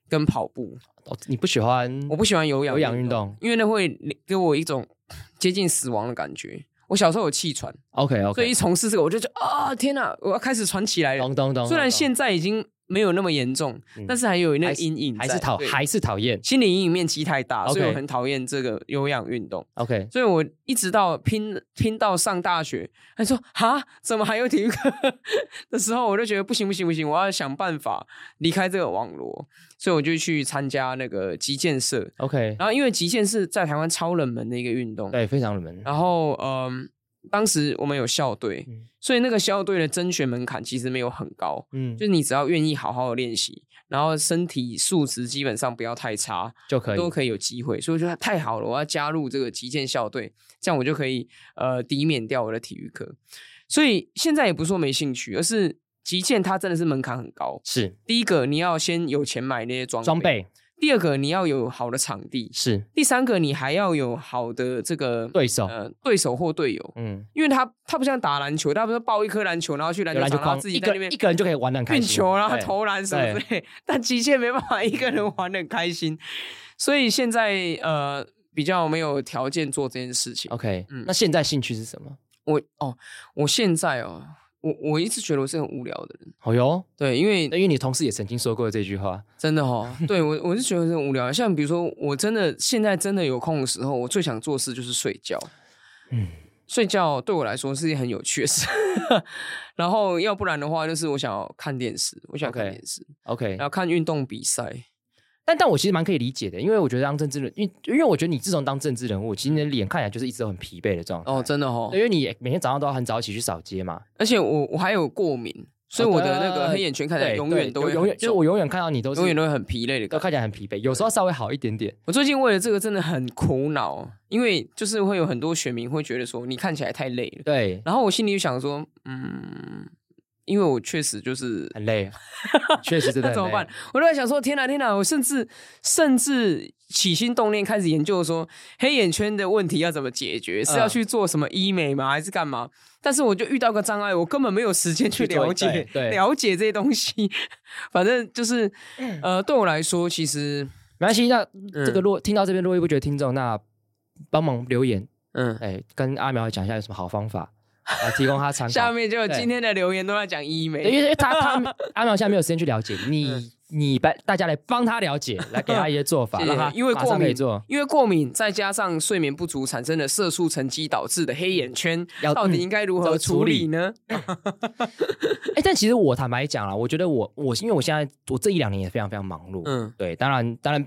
Speaker 2: 跟跑步，
Speaker 1: 哦，你不喜欢
Speaker 2: 我不喜欢有氧
Speaker 1: 有氧运动
Speaker 2: 因为那会给我一种 接近死亡的感觉。我小时候有气喘，
Speaker 1: ？OK
Speaker 2: 所以一
Speaker 1: OK，
Speaker 2: 从事这个，我就觉得啊，天哪，我要开始喘起来了
Speaker 1: 懂。懂懂。
Speaker 2: 虽然
Speaker 1: 懂
Speaker 2: 现在已经没有那么严重
Speaker 1: 嗯，
Speaker 2: 但是还有那个
Speaker 1: 还是
Speaker 2: 阴影在，
Speaker 1: 还是讨
Speaker 2: 对
Speaker 1: 还是讨厌
Speaker 2: 心理阴影面积太大，所以
Speaker 1: OK
Speaker 2: 我很讨厌这个有氧运动。
Speaker 1: OK，
Speaker 2: 所以我一直到拼拼到上大学，他说啊，怎么还有体育课 的时候，我就觉得不行不行不行，我要想办法离开这个网络，所以我就去参加那个击剑社。
Speaker 1: OK，
Speaker 2: 然后因为击剑是在台湾超冷门的一个运动，
Speaker 1: 对，非常冷门。
Speaker 2: 然后嗯，当时我们有校队
Speaker 1: 嗯，
Speaker 2: 所以那个校队的甄选门槛其实没有很高，
Speaker 1: 嗯，
Speaker 2: 就是你只要愿意好好的练习，然后身体素质基本上不要太差，
Speaker 1: 就可以
Speaker 2: 都可以有机会。所以我觉得太好了，我要加入这个击剑校队，这样我就可以呃抵免掉我的体育课。所以现在也不是说没兴趣，而是击剑它真的是门槛很高。
Speaker 1: 是
Speaker 2: 第一个你要先有钱买那些装
Speaker 1: 装备
Speaker 2: 第二个你要有好的场地，
Speaker 1: 是
Speaker 2: 第三个你还要有好的这个
Speaker 1: 对手，
Speaker 2: 呃对手或队友，
Speaker 1: 嗯，
Speaker 2: 因为他他不像打篮球，他不是抱一颗篮球然后去篮
Speaker 1: 有
Speaker 2: 球
Speaker 1: 篮球
Speaker 2: 场，然后
Speaker 1: 框，
Speaker 2: 自己
Speaker 1: 一
Speaker 2: 在
Speaker 1: 个
Speaker 2: 那边
Speaker 1: 一个人就可以玩得很开
Speaker 2: 运
Speaker 1: 心，
Speaker 2: 球然后
Speaker 1: 对
Speaker 2: 投篮什么之类， 但极限没办法一个人玩的开心， 所以现在呃比较没有条件做这件事情。
Speaker 1: OK，
Speaker 2: 嗯
Speaker 1: 那现在兴趣是什么？
Speaker 2: 我哦，我现在哦，我我一直觉得我是很无聊的人，
Speaker 1: 好哦哟，
Speaker 2: 对，因为
Speaker 1: 那因为你同事也曾经说过这句话，
Speaker 2: 真的 哦，对我我是觉得很无聊。像比如说，我真的现在真的有空的时候，我最想做的事就是睡觉。
Speaker 1: 嗯
Speaker 2: 嗯，睡觉对我来说是一件很有趣的事。 然后要不然的话，就是我想要看电视，我想看
Speaker 1: OK
Speaker 2: 电视
Speaker 1: OK，
Speaker 2: 然后看运动比赛。
Speaker 1: 但但我其实蛮可以理解的，因为我觉得当政治人，因为因为我觉得你自从当政治人物，其实你的脸看起来就是一直都很疲惫的状态。
Speaker 2: 哦，真的哦
Speaker 1: 对，，因为你也每天早上都要很早起去扫街嘛，
Speaker 2: 而且我我还有过敏，所以
Speaker 1: 哦
Speaker 2: 我的那
Speaker 1: 对
Speaker 2: 个黑眼圈看起来
Speaker 1: 对
Speaker 2: 永
Speaker 1: 对
Speaker 2: 远都会
Speaker 1: 永远
Speaker 2: 很
Speaker 1: 就是
Speaker 2: 重
Speaker 1: 我永远看到你都是
Speaker 2: 永远都会很疲累的
Speaker 1: 都
Speaker 2: 感觉。
Speaker 1: 看起来很疲惫，有时候稍微好一点点。
Speaker 2: 我最近为了这个真的很苦恼，因为就是会有很多选民会觉得说你看起来太累了。
Speaker 1: 对，
Speaker 2: 然后我心里就想说，嗯，因为我确实就是
Speaker 1: 很 累，确实真的很
Speaker 2: 那 怎么
Speaker 1: 累
Speaker 2: 办？？我都在想说，天哪、天哪、我甚至甚至起心动念开始研究说黑眼圈的问题要怎么解决，是要
Speaker 1: 嗯
Speaker 2: 去做什么医美吗？还是干嘛？但是我就遇到个障碍，我根本没有时间去了
Speaker 1: 去做
Speaker 2: 解
Speaker 1: 对对
Speaker 2: 了解这些东西。反正就是，呃，对我来说，其实，
Speaker 1: 没关系，那嗯这个
Speaker 2: 嗯
Speaker 1: 若听到这边，若依不觉得听众，那帮忙留言，
Speaker 2: 嗯，
Speaker 1: 哎，跟阿苗讲一下有什么好方法，来提供他参考。
Speaker 2: 下面就有
Speaker 1: 对
Speaker 2: 今天的留言都在讲医
Speaker 1: 对，因
Speaker 2: 美，
Speaker 1: 为因为他他阿苗现在没有时间去了解
Speaker 2: 嗯
Speaker 1: 你，你把大家来帮他了解，来给他一些做 法，
Speaker 2: 谢谢
Speaker 1: 让他
Speaker 2: 因为
Speaker 1: 马
Speaker 2: 过
Speaker 1: 上可以
Speaker 2: 敏
Speaker 1: 做，
Speaker 2: 因为过敏再加上睡眠不足产生的色素沉积导致的黑眼圈，
Speaker 1: 要
Speaker 2: 到底
Speaker 1: 嗯
Speaker 2: 应该如
Speaker 1: 怎么
Speaker 2: 何
Speaker 1: 处
Speaker 2: 处
Speaker 1: 理
Speaker 2: 理呢？
Speaker 1: 哎，但其实我坦白讲啦，我觉得我我因为我现在我这一两年也非常非常忙碌，
Speaker 2: 嗯，
Speaker 1: 对，当然当然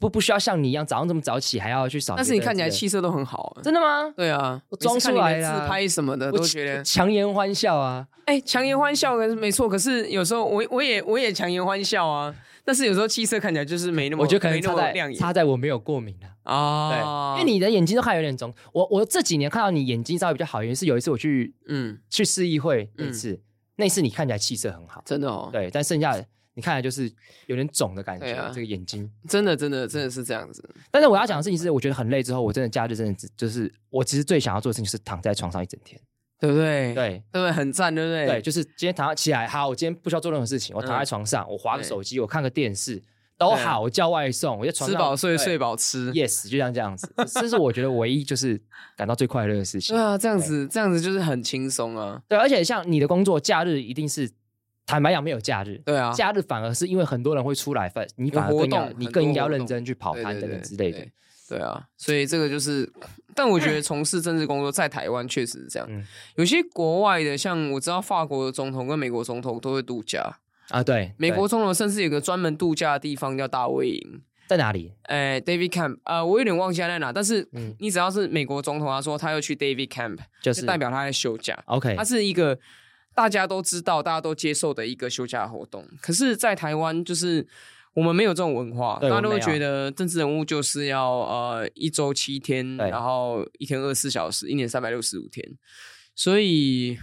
Speaker 1: 不不需要像你一样早上这么早起还要去扫街，
Speaker 2: 但是你看起来
Speaker 1: 对
Speaker 2: 气色都很好、啊，
Speaker 1: 真的吗？
Speaker 2: 对啊，
Speaker 1: 我装
Speaker 2: 每次
Speaker 1: 出
Speaker 2: 看
Speaker 1: 来
Speaker 2: 你的
Speaker 1: 啦
Speaker 2: 自拍什么的
Speaker 1: 我
Speaker 2: 都
Speaker 1: 强
Speaker 2: 觉得，
Speaker 1: 强颜欢笑啊，
Speaker 2: 哎，强颜欢笑可是没错，可是有时候我我也我也强颜欢笑啊，但是有时候气色看起来就是没那么，
Speaker 1: 我觉得可能
Speaker 2: 没
Speaker 1: 差
Speaker 2: 那么
Speaker 1: 在
Speaker 2: 亮眼
Speaker 1: 差在我没有过敏啊。
Speaker 2: 啊，
Speaker 1: 对，因为你的眼睛都看有点肿。我我这几年看到你眼睛稍微比较好，原因是有一次我去
Speaker 2: 嗯，
Speaker 1: 去市议会那
Speaker 2: 嗯
Speaker 1: 次，那次你看起来气色很好，
Speaker 2: 真的哦，
Speaker 1: 对，但剩下的你看起来就是有点肿的感觉，
Speaker 2: 对啊
Speaker 1: 这个眼睛。
Speaker 2: 真的真的真的是这样子，
Speaker 1: 但是我要讲的事情是，我觉得很累之后，我真的假日真的只就是我其实最想要做的事情就是躺在床上一整天。
Speaker 2: 对不对？
Speaker 1: 对
Speaker 2: 对不对？很赞，对不对？
Speaker 1: 对，就是今天躺起来，好，我今天不需要做任何事情，我躺在床上，我划个
Speaker 2: 嗯对
Speaker 1: 手机，我看个电视都
Speaker 2: 对啊
Speaker 1: 好，我叫外送，我在床
Speaker 2: 吃
Speaker 1: 上
Speaker 2: 饱睡，睡
Speaker 1: 饱。
Speaker 2: 饱吃。
Speaker 1: Yes，就像这样子，这是我觉得唯一就是感到最快乐的事情
Speaker 2: 对。啊，这样子这样子就是很轻松啊。
Speaker 1: 对，而且像你的工作，假日一定是坦白讲没有假日，
Speaker 2: 对啊，
Speaker 1: 假日反而是因为很多人会出来，反你
Speaker 2: 有
Speaker 1: 反而更
Speaker 2: 活动
Speaker 1: 要
Speaker 2: 很
Speaker 1: 你
Speaker 2: 多
Speaker 1: 更应该要
Speaker 2: 活动
Speaker 1: 认真去跑
Speaker 2: 对
Speaker 1: 摊
Speaker 2: 对
Speaker 1: 等等
Speaker 2: 对
Speaker 1: 之类的
Speaker 2: 对。对啊，所以这个就是，但我觉得从事政治工作在台湾确实是这样。
Speaker 1: 嗯
Speaker 2: 有些国外的，像我知道法国的总统跟美国总统都会度假，
Speaker 1: 啊。对，
Speaker 2: 美
Speaker 1: 对
Speaker 2: 国总统甚至有个专门度假的地方叫大卫营。
Speaker 1: 在哪里？
Speaker 2: 哎，David Camp，呃，我有点忘记他在哪，但是
Speaker 1: 嗯
Speaker 2: 你只要是美国总统，他说他要去 David Camp，
Speaker 1: 就
Speaker 2: 就是代表 他在休假。
Speaker 1: OK
Speaker 2: 它是一个大家都知道、大家都接受的一个休假活动。可是，在台湾就是我们没有这种文化，
Speaker 1: 对
Speaker 2: 大家都
Speaker 1: 我
Speaker 2: 会
Speaker 1: 们没有
Speaker 2: 觉得政治人物就是要呃一周七天，
Speaker 1: 对
Speaker 2: 然后一天二十四小时，一年三百六十五天。所以，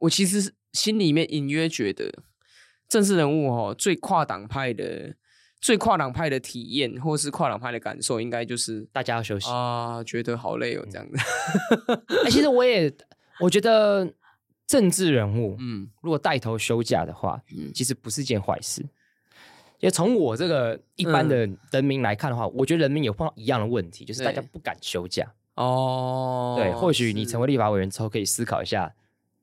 Speaker 2: 我其实心里面隐约觉得，政治人物哦，最跨党派的。最跨党派的体验，或是跨党派的感受，应该就是
Speaker 1: 大家要休息。
Speaker 2: 啊，觉得好累哦，这样子。
Speaker 1: 哎，其实我也我觉得政治人物
Speaker 2: 嗯
Speaker 1: 如果带头休假的话，
Speaker 2: 嗯
Speaker 1: 其实不是件坏事。也从我这个一般的人民来看的话，我觉得人民有碰到一样的问题，就是大家
Speaker 2: 嗯对
Speaker 1: 不敢休假。
Speaker 2: 哦，
Speaker 1: 对，或许你
Speaker 2: 是
Speaker 1: 成为立法委员之后，可以思考一下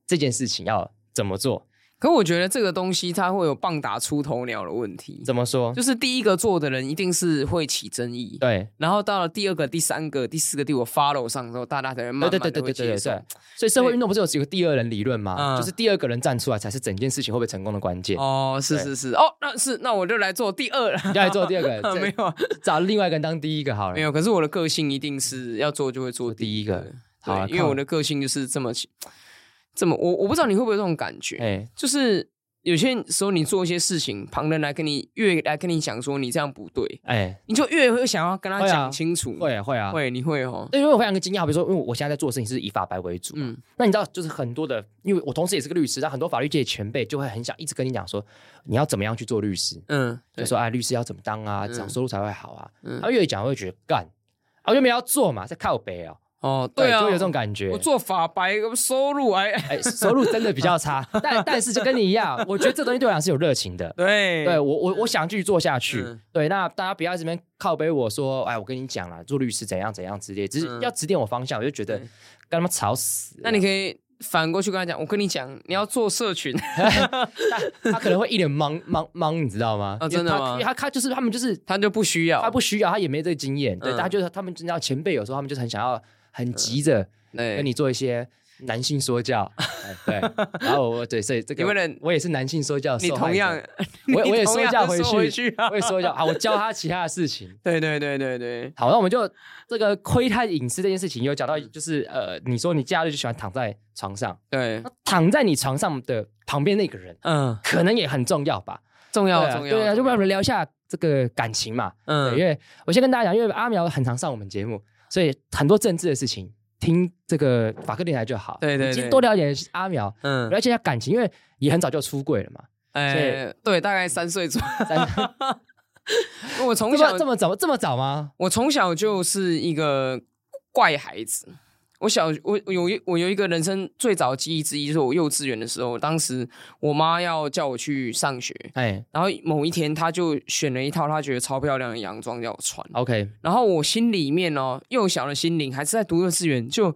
Speaker 1: 这件事情要怎么做。
Speaker 2: 可我觉得这个东西它会有棒打出头鸟的问题，
Speaker 1: 怎么说？
Speaker 2: 就是第一个做的人一定是会起争议，
Speaker 1: 对，
Speaker 2: 然后到了第二个、第三个、第四个、第五个 follow 上之后，大家才会慢
Speaker 1: 对对
Speaker 2: 慢
Speaker 1: 对
Speaker 2: 的
Speaker 1: 对对对
Speaker 2: 会接
Speaker 1: 对
Speaker 2: 受
Speaker 1: 对。。所以社会运动不是有有个第二人理论吗？
Speaker 2: 嗯
Speaker 1: 就是第二个人站出来，才是整件事情会不会成功的关键。
Speaker 2: 哦，是
Speaker 1: 对
Speaker 2: 是是，哦，那是那我就来做第 二了，
Speaker 1: 你要来做第二个人，
Speaker 2: 没
Speaker 1: 这
Speaker 2: 有啊
Speaker 1: 找另外一个人当第一个好了。
Speaker 2: 没有，可是我的个性一定是要做就会做
Speaker 1: 第一
Speaker 2: 一
Speaker 1: 个
Speaker 2: 个，
Speaker 1: 好啊
Speaker 2: 对，因为
Speaker 1: 靠
Speaker 2: 我的个性就是这么这么，我我不知道你会不会有这种感觉，
Speaker 1: 哎，
Speaker 2: 就是有些时候你做一些事情，旁人来跟你越来跟你讲说你这样不对，
Speaker 1: 哎，
Speaker 2: 你就越会想要跟他
Speaker 1: 会啊
Speaker 2: 讲清楚。
Speaker 1: 会啊会啊。
Speaker 2: 会你会哦，
Speaker 1: 对，因为我非常惊讶，比如说，因为我现在在做的事情是以法白为主，
Speaker 2: 嗯，
Speaker 1: 那你知道，就是很多的，因为我同时也是个律师，但很多法律界的前辈就会很想一直跟你讲说，你要怎么样去做律师，
Speaker 2: 嗯，
Speaker 1: 就
Speaker 2: 对，
Speaker 1: 说哎，律师要怎么当啊，
Speaker 2: 嗯
Speaker 1: 涨收入才会好啊。
Speaker 2: 嗯
Speaker 1: 他越讲会觉得干，啊，我就没有要做嘛，在靠北哦，
Speaker 2: 哦，对啊，
Speaker 1: 就会有这种感觉
Speaker 2: 我。做法白收入哎，
Speaker 1: 哎，收入真的比较差， 但但是就跟你一样，我觉得这东西对我来讲是有热情的。
Speaker 2: 对
Speaker 1: 对我我我想继续做下去。
Speaker 2: 嗯
Speaker 1: 对，那大家不要这边靠背我说，哎，我跟你讲啦，做律师怎样怎样之类，只是
Speaker 2: 嗯
Speaker 1: 要指点我方向，我就觉得
Speaker 2: 对
Speaker 1: 跟他们吵死了。
Speaker 2: 那你可以反过去跟他讲，我跟你讲，你要做社群，
Speaker 1: 他他可能会一脸懵懵懵，你知道吗？
Speaker 2: 啊
Speaker 1: 因为
Speaker 2: 真的
Speaker 1: 他
Speaker 2: 吗
Speaker 1: 因为他他就是他们就是
Speaker 2: 他就不需要，
Speaker 1: 他不需要，他也没这个经验，对，
Speaker 2: 嗯
Speaker 1: 大家就是他们真的要前辈，有时候他们就是很想要很急着
Speaker 2: 对
Speaker 1: 跟你做一些。男性说教， 哎对，然后我对，所以这个
Speaker 2: 你为了
Speaker 1: 我也是男性说教的
Speaker 2: 你
Speaker 1: 受害者，
Speaker 2: 同样，
Speaker 1: 我我也
Speaker 2: 你同
Speaker 1: 说
Speaker 2: 样
Speaker 1: 教
Speaker 2: 收
Speaker 1: 回去，
Speaker 2: 回去啊
Speaker 1: 我也说教啊，我教他其他的事情，
Speaker 2: 对对对对对，
Speaker 1: 好，那我们就这个窥探隐私这件事情有讲到，
Speaker 2: 嗯
Speaker 1: 就是呃，你说你假日就喜欢躺在床上，
Speaker 2: 对，
Speaker 1: 那躺在你床上的旁边那个人，
Speaker 2: 嗯，
Speaker 1: 可能也很重要吧？
Speaker 2: 重要
Speaker 1: 对啊
Speaker 2: 重要，
Speaker 1: 对啊，就
Speaker 2: 重
Speaker 1: 不
Speaker 2: 要
Speaker 1: 然我们聊一下这个感情嘛。对，因
Speaker 2: 嗯，
Speaker 1: 为我先跟大家讲，因为阿苗很常上我们节目，所以很多政治的事情听这个法克电台就好。
Speaker 2: 对对
Speaker 1: 你今
Speaker 2: 对
Speaker 1: 多了解阿苗，
Speaker 2: 嗯，
Speaker 1: 了解一下感情，因为也很早就出柜了 嘛。
Speaker 2: 哎，对，大概三岁左
Speaker 1: 三
Speaker 2: 右， 我从
Speaker 1: 这
Speaker 2: 小
Speaker 1: 么这么早这么早吗？
Speaker 2: 我从小就是一个怪孩子。我小我我有一我有一个人生最早的记忆之一，就是我幼稚园的时候，当时我妈要叫我去上学，
Speaker 1: 哎
Speaker 2: 然后某一天她就选了一套她觉得超漂亮的洋装要我穿，
Speaker 1: ，OK，
Speaker 2: 然后我心里面哦，幼小的心灵还是在读幼稚园就。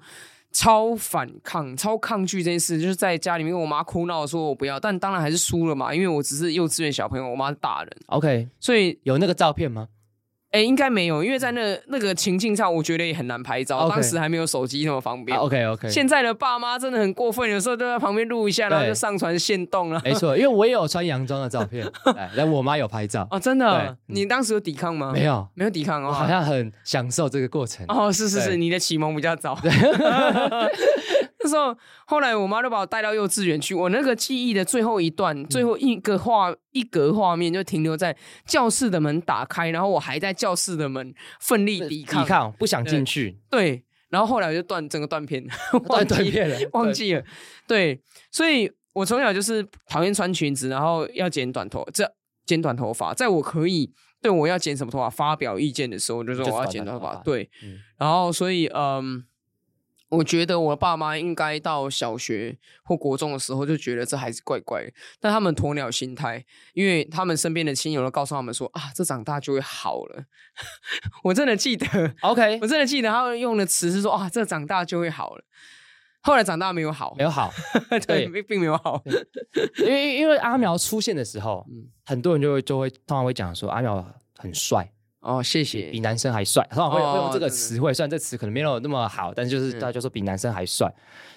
Speaker 2: 超反抗、超抗拒这件事，就是在家里面跟我妈哭闹说我不要，但当然还是输了嘛，因为我只是幼稚园小朋友，我妈是大人，
Speaker 1: OK，
Speaker 2: 所以
Speaker 1: 有那个照片吗？
Speaker 2: 哎、应该没有，因为在那那个情境上，我觉得也很难拍照。
Speaker 1: OK
Speaker 2: 当时还没有手机那么方便。
Speaker 1: 啊，OK OK，
Speaker 2: 现在的爸妈真的很过分，有时候都在旁边录一下，
Speaker 1: 对
Speaker 2: 然后就上传现动了。
Speaker 1: 没错，因为我也有穿洋装的照 片，哎但我妈有拍照，
Speaker 2: 哦，真的，
Speaker 1: 对
Speaker 2: 你当时有抵抗吗？
Speaker 1: 没，有，
Speaker 2: 没有抵抗哦。
Speaker 1: 我好像很享受这个过程。
Speaker 2: 哦，是是
Speaker 1: 对
Speaker 2: 是，你的启蒙比较早。 那时候，后来我妈就把我带到幼稚园去。我那个记忆的最后一段，最后一个画一格画面就停留在教室的门打开，然后我还在教室的门奋力抵抗。
Speaker 1: 抵抗，不想进去，
Speaker 2: 对，然后后来我就断整个断片，忘
Speaker 1: 断断
Speaker 2: 记
Speaker 1: 片了，
Speaker 2: 忘记了。对，所以我从小就是讨厌穿裙子，然后要剪短头，这剪短头发，在我可以对我要剪什么头发发表意见的时候，我就说
Speaker 1: 就是
Speaker 2: 我要
Speaker 1: 短
Speaker 2: 剪
Speaker 1: 头
Speaker 2: 短头发
Speaker 1: 发。
Speaker 2: 对，
Speaker 1: 嗯
Speaker 2: 然后所以嗯。我觉得我爸妈应该到小学或国中的时候就觉得这孩子怪怪的，但他们鸵鸟心态，因为他们身边的亲友都告诉他们说啊，这长大就会好了。 我真的记得，
Speaker 1: 对。OK，
Speaker 2: 我真的记得他用的词是说啊，这长大就会好了。后来长大没有好
Speaker 1: 没，有好，对
Speaker 2: 对，并并没有好。
Speaker 1: 因为因为阿苗出现的时候，
Speaker 2: 嗯
Speaker 1: 很多人就会就会通常会讲说阿苗很帅，
Speaker 2: 哦，谢
Speaker 1: 比
Speaker 2: 谢。
Speaker 1: 男生还帅，通常会
Speaker 2: 哦
Speaker 1: 会用这个
Speaker 2: 真的
Speaker 1: 词汇，虽然这词可能没有那么好，但就是
Speaker 2: 嗯
Speaker 1: 大家就说比男生还帅，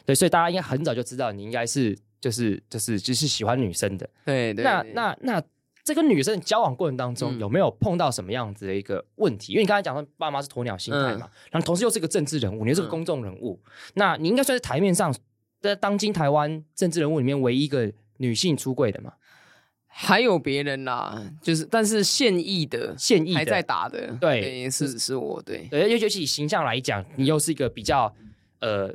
Speaker 1: 对，所以大家应该很早就知道你应该是就是就是就是喜欢女生的，
Speaker 2: 对对，
Speaker 1: 那
Speaker 2: 对
Speaker 1: 那那这跟女生交往过程当中、
Speaker 2: 嗯
Speaker 1: 有没有碰到什么样子的一个问题？因为你刚才讲到爸妈是鸵鸟心态嘛，然后同时又是个政治人物，你又是个
Speaker 2: 嗯
Speaker 1: 公众人物，那你应该算是台面上在当今台湾政治人物里面唯一一个女性出柜的嘛？
Speaker 2: 还有别人啦，就是但是现役的
Speaker 1: 现役的
Speaker 2: 还在打的，
Speaker 1: 对
Speaker 2: 是是我对，
Speaker 1: 对，尤尤其以形象来讲，你又是一个比较呃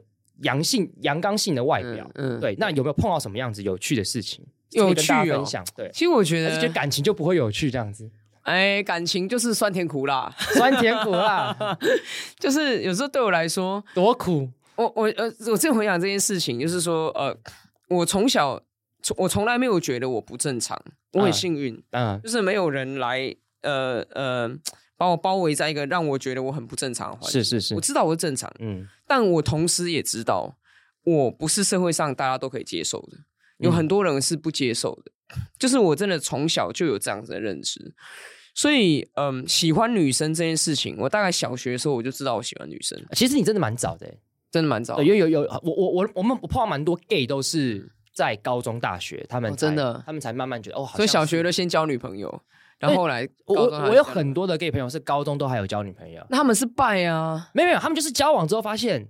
Speaker 1: 阳性阳刚性的外表，
Speaker 2: 嗯，嗯。
Speaker 1: 对，那有没有碰到什么样子有趣的事情？
Speaker 2: 有
Speaker 1: 可以跟大
Speaker 2: 趣
Speaker 1: 家
Speaker 2: 哦呃
Speaker 1: 分享，对。
Speaker 2: 其实我觉
Speaker 1: 而且
Speaker 2: 得
Speaker 1: 觉得，感情就不会有趣这样子，
Speaker 2: 哎，感情就是酸甜苦辣，
Speaker 1: 酸甜苦 辣，
Speaker 2: 就是有时候对我来说，
Speaker 1: 多苦
Speaker 2: 我我呃，我正回想这件事情，就是说呃，我从小从我从来没有觉得我不正常，我很
Speaker 1: 嗯
Speaker 2: 幸运，
Speaker 1: 嗯
Speaker 2: 就是没有人来呃呃把我包围在一个让我觉得我很不正常的环
Speaker 1: 是
Speaker 2: 境。
Speaker 1: 是是
Speaker 2: 我，知道我是正常，
Speaker 1: 嗯
Speaker 2: 但我同时也知道我不是社会上大家都可以接受的，有
Speaker 1: 嗯
Speaker 2: 很多人是不接受的。 就是我真的从小就有这样子的认知，所以嗯，喜欢女生这件事情，我大概小学的时候我就知道我喜欢女生，
Speaker 1: 其实你真的蛮早的欸，
Speaker 2: 真的蛮早的
Speaker 1: 对，因为有有我我我我们我碰到蛮多 gay 都是在高中大学，他们
Speaker 2: 哦
Speaker 1: 才
Speaker 2: 真的
Speaker 1: 他们才慢慢觉得哦，好
Speaker 2: 所以
Speaker 1: 像
Speaker 2: 小
Speaker 1: 是
Speaker 2: 学就先交女朋友，然后后来
Speaker 1: 我
Speaker 2: 高
Speaker 1: 我
Speaker 2: 中还
Speaker 1: 我有
Speaker 2: 交女
Speaker 1: 很多的 gay 朋友是高中都还有交女朋友，
Speaker 2: 那他们是拜啊，
Speaker 1: 没有没有，他们就是交往之后发现，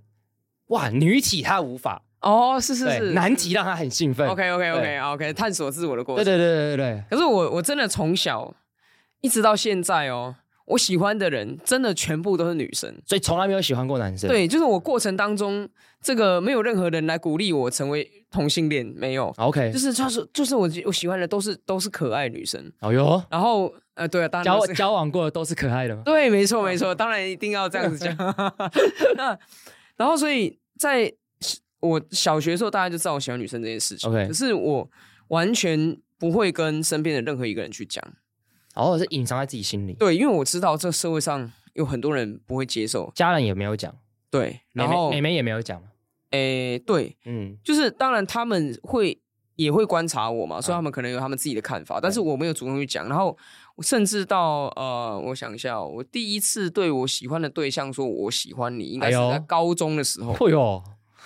Speaker 1: 哇，女体他无法，
Speaker 2: 哦，是是
Speaker 1: 对
Speaker 2: 是，
Speaker 1: 男体让他很兴奋。
Speaker 2: OK OK
Speaker 1: 对
Speaker 2: OK OK，探索自我的过
Speaker 1: 对对
Speaker 2: 程。
Speaker 1: 对对对对，
Speaker 2: 可是我我真的从小一直到现在哦，我喜欢的人真的全部都是女生。
Speaker 1: 所以从来没有喜欢过男生。
Speaker 2: 对，就是我过程当中，这个没有任何人来鼓励我成为同性恋，没有，
Speaker 1: ，OK，
Speaker 2: 就是就是就是我我喜欢的都是都是可爱女生。
Speaker 1: 哦哟，
Speaker 2: 然后呃，对啊，当然
Speaker 1: 交
Speaker 2: 都是
Speaker 1: 交往过的都是可爱 的吗？
Speaker 2: 对，没错没错，当然一定要这样子讲。那然后所以在我小学的时候，大家就知道我喜欢女生这件事情。
Speaker 1: OK
Speaker 2: 可是我完全不会跟身边的任何一个人去讲。
Speaker 1: 然哦后是隐藏在自己心里，
Speaker 2: 对，因为我知道这社会上有很多人不会接受。
Speaker 1: 家人也没有讲，
Speaker 2: 对，
Speaker 1: 妹
Speaker 2: 然
Speaker 1: 妹
Speaker 2: 后
Speaker 1: 妹妹也没有讲嘛。
Speaker 2: 诶，对，
Speaker 1: 嗯，
Speaker 2: 就是当然他们会也会观察我嘛，所
Speaker 1: 嗯
Speaker 2: 以他们可能有他们自己的看法，但是我没有主动去讲。然后我甚至到呃，我想一下哦，我第一次对我喜欢的对象说我喜欢你，应该是
Speaker 1: 哎
Speaker 2: 在
Speaker 1: 呦
Speaker 2: 高中的 时候。
Speaker 1: 哦哟，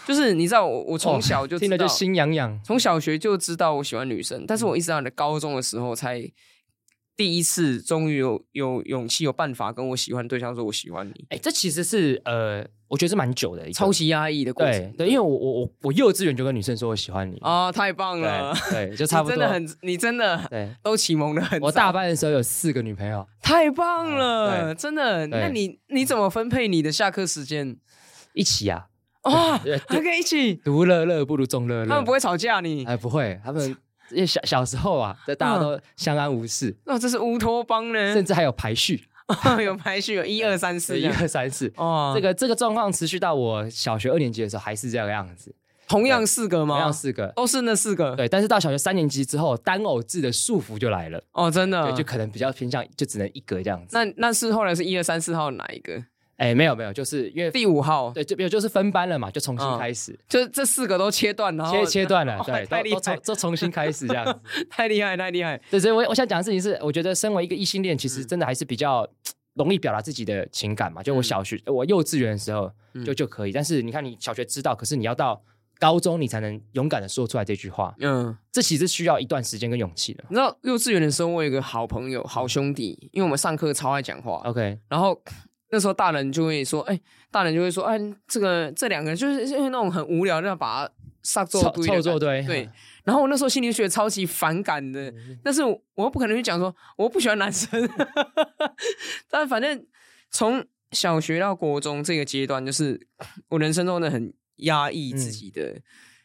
Speaker 2: 就是你知道我，我
Speaker 1: 哦
Speaker 2: 从小就知
Speaker 1: 听了
Speaker 2: 道，
Speaker 1: 就嗯心痒痒。
Speaker 2: 从小学就知道我喜欢女生，但是我一直到了高中的时候才第一次，终于有有勇气有办法跟我喜欢的对象说我喜欢你，
Speaker 1: 哎，这其实是呃，我觉得是蛮久的一个，
Speaker 2: 超级压抑的过
Speaker 1: 对
Speaker 2: 程。
Speaker 1: 对，因为我我我我幼稚园就跟女生说我喜欢你，
Speaker 2: 啊，太棒了，
Speaker 1: 对对，就差不多
Speaker 2: 你真。的很，你真的
Speaker 1: 对，
Speaker 2: 都启蒙的很早，
Speaker 1: 我大班的时候有四个女朋友，
Speaker 2: 太棒了，
Speaker 1: 对
Speaker 2: 真的。
Speaker 1: 对
Speaker 2: 那你你怎么分配你的下课时间？
Speaker 1: 一起啊，
Speaker 2: 哇，
Speaker 1: 对
Speaker 2: 哦还可以一起，
Speaker 1: 独乐乐不如众乐乐。
Speaker 2: 他们不会嗯吵架你。
Speaker 1: 哎，不会，他 们因为小小时候啊，这大家都相安无事，
Speaker 2: 哦，这是乌托邦呢，哦
Speaker 1: 甚至还有排序，
Speaker 2: 有排序，有一二三四
Speaker 1: 是
Speaker 2: 嗯这
Speaker 1: 一
Speaker 2: 样。
Speaker 1: 二三四。
Speaker 2: 哦，
Speaker 1: 这个这个状况持续到我小学二年级的时候还是这个样子，
Speaker 2: 同样四个
Speaker 1: 同
Speaker 2: 吗？
Speaker 1: 样四个。
Speaker 2: 都是那四个。
Speaker 1: 对，但是到小学三年级之后，单偶制的束缚就来了，
Speaker 2: 哦，真的
Speaker 1: 对，。就可能比较偏向，就只能一格这样子。
Speaker 2: 那那是后来是一二三四号哪一个？
Speaker 1: 哎，没有没有，就是因为
Speaker 2: 第五号，
Speaker 1: 对，就没有就是分班了嘛，就重新
Speaker 2: 嗯
Speaker 1: 开始，
Speaker 2: 就是这四个都切断，然后
Speaker 1: 切切断了，
Speaker 2: 哦
Speaker 1: 对，
Speaker 2: 太
Speaker 1: 都
Speaker 2: 厉
Speaker 1: 都重
Speaker 2: 害，
Speaker 1: 都重新开始这样 子。
Speaker 2: 太厉害，太厉害。
Speaker 1: 对，所以我我想讲的事情是，我觉得身为一个异性恋，
Speaker 2: 嗯
Speaker 1: 其实真的还是比较嘖容易表达自己的情感嘛。就我小学、我幼稚园的时候
Speaker 2: 嗯
Speaker 1: 就就可以，但是你看你小学知道，可是你要到高中你才能勇敢的说出来这句话，
Speaker 2: 嗯，
Speaker 1: 这其实需要一段时间跟勇气的。
Speaker 2: 你知道幼稚园的时候，我有一个好朋友、好兄弟，因为我们上课超爱讲话，
Speaker 1: OK，
Speaker 2: 然后那时候大人就会说，哎，大人就会说，哎，这个这两个人就是就是那种很无聊，那把它上
Speaker 1: 凑
Speaker 2: 座堆的
Speaker 1: 凑作
Speaker 2: 感觉
Speaker 1: 对啊嗯
Speaker 2: 对，然后我那时候心理学超级反感的，但是我又不可能去讲说我不喜欢男生， 但反正从小学到国中这个阶段，就是我人生中的很压抑
Speaker 1: 嗯
Speaker 2: 自己的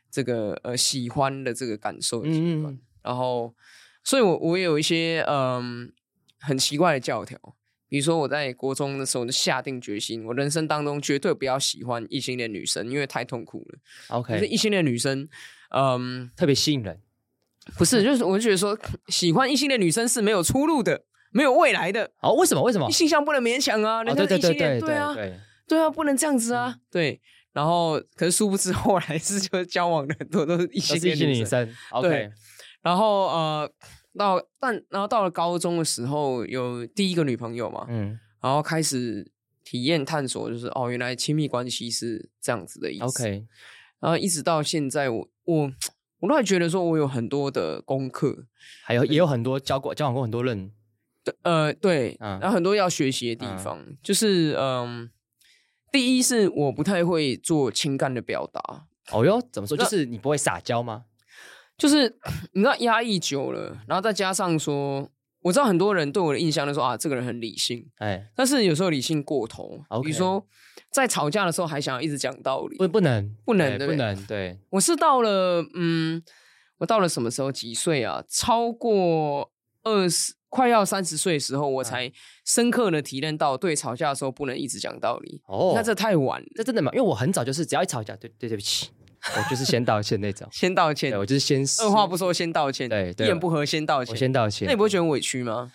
Speaker 2: 这个、呃喜欢的这个感受的阶段，
Speaker 1: 嗯
Speaker 2: 然后，所以我我也有一些嗯很奇怪的教条。比如说，我在国中的时候我就下定决心，我人生当中绝对不要喜欢异性恋女生，因为太痛苦了。可是
Speaker 1: ，OK，
Speaker 2: 异性恋女生，嗯，
Speaker 1: 特别吸引人。
Speaker 2: 不是，就是我就觉得说，喜欢异性恋女生是没有出路的，没有未来的，
Speaker 1: 哦，为什么？为什么？
Speaker 2: 性向不能勉强啊，
Speaker 1: 哦，
Speaker 2: 人家
Speaker 1: 对
Speaker 2: 是
Speaker 1: 对对
Speaker 2: 异性恋，
Speaker 1: 对
Speaker 2: 对啊，
Speaker 1: 对，嗯
Speaker 2: 对啊，不能这样子啊，对。然后，可是殊不知后来是就交往的很多都是
Speaker 1: 都
Speaker 2: 异性
Speaker 1: 是异
Speaker 2: 恋
Speaker 1: 性
Speaker 2: 女
Speaker 1: 女
Speaker 2: 生，
Speaker 1: 生。OK，
Speaker 2: 对然后呃，到但然后到了高中的时候，有第一个女朋友嘛，
Speaker 1: 嗯
Speaker 2: 然后开始体验探索，就是哦，原来亲密关系是这样子的意思。
Speaker 1: ，OK，
Speaker 2: 然后一直到现在我，我我我都还觉得说我有很多的功课，
Speaker 1: 还有也有很多交过交往过很多人，
Speaker 2: 呃，对，
Speaker 1: 嗯
Speaker 2: 然后很多要学习的地方，就是嗯，第一是我不太会做情感的表达，
Speaker 1: 哦哟，怎么说？就
Speaker 2: 那
Speaker 1: 是你不会撒娇吗？
Speaker 2: 就是你知道压抑久了，然后再加上说，我知道很多人对我的印象就是说啊，这个人很理性，
Speaker 1: 哎，
Speaker 2: 但是有时候理性过头
Speaker 1: OK
Speaker 2: 比如说在吵架的时候还想要一直讲道理
Speaker 1: 不，不能
Speaker 2: 不能
Speaker 1: 哎
Speaker 2: 对
Speaker 1: 不
Speaker 2: 不对
Speaker 1: 能对。
Speaker 2: 我是到了嗯，我到了什么时候几岁啊？超过二十，快要三十岁的时候，
Speaker 1: 嗯
Speaker 2: 我才深刻的体认到，对吵架的时候不能一直讲道理。
Speaker 1: 哦，
Speaker 2: 那这太晚了。。
Speaker 1: 这真的吗？因为我很早就是只要一吵架，对对对不起，我就是先道歉那种
Speaker 2: 先道歉
Speaker 1: 对，我就是先
Speaker 2: 二话不说先道歉，
Speaker 1: 对对
Speaker 2: 一言不合先道
Speaker 1: 我
Speaker 2: 歉。
Speaker 1: 先道
Speaker 2: 那
Speaker 1: 歉
Speaker 2: 你。不会觉得很委屈吗？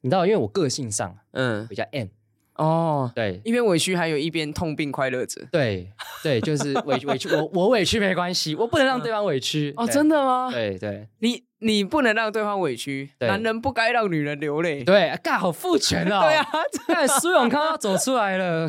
Speaker 1: 你知道，因为我个性上啊
Speaker 2: 嗯，
Speaker 1: 比较 M，
Speaker 2: 哦，
Speaker 1: 对
Speaker 2: 一边委屈，还有一边痛并快乐着。
Speaker 1: 对对，就是委屈委屈，我我委屈没关系，我不能让对方委屈。
Speaker 2: 哦，
Speaker 1: 对
Speaker 2: 真的吗？
Speaker 1: 对对
Speaker 2: 你你不能让对方委屈，
Speaker 1: 对
Speaker 2: 男人不该让女人流泪。
Speaker 1: 对，啊干好父权哦。
Speaker 2: 对啊，，
Speaker 1: 看苏永康要走出来了。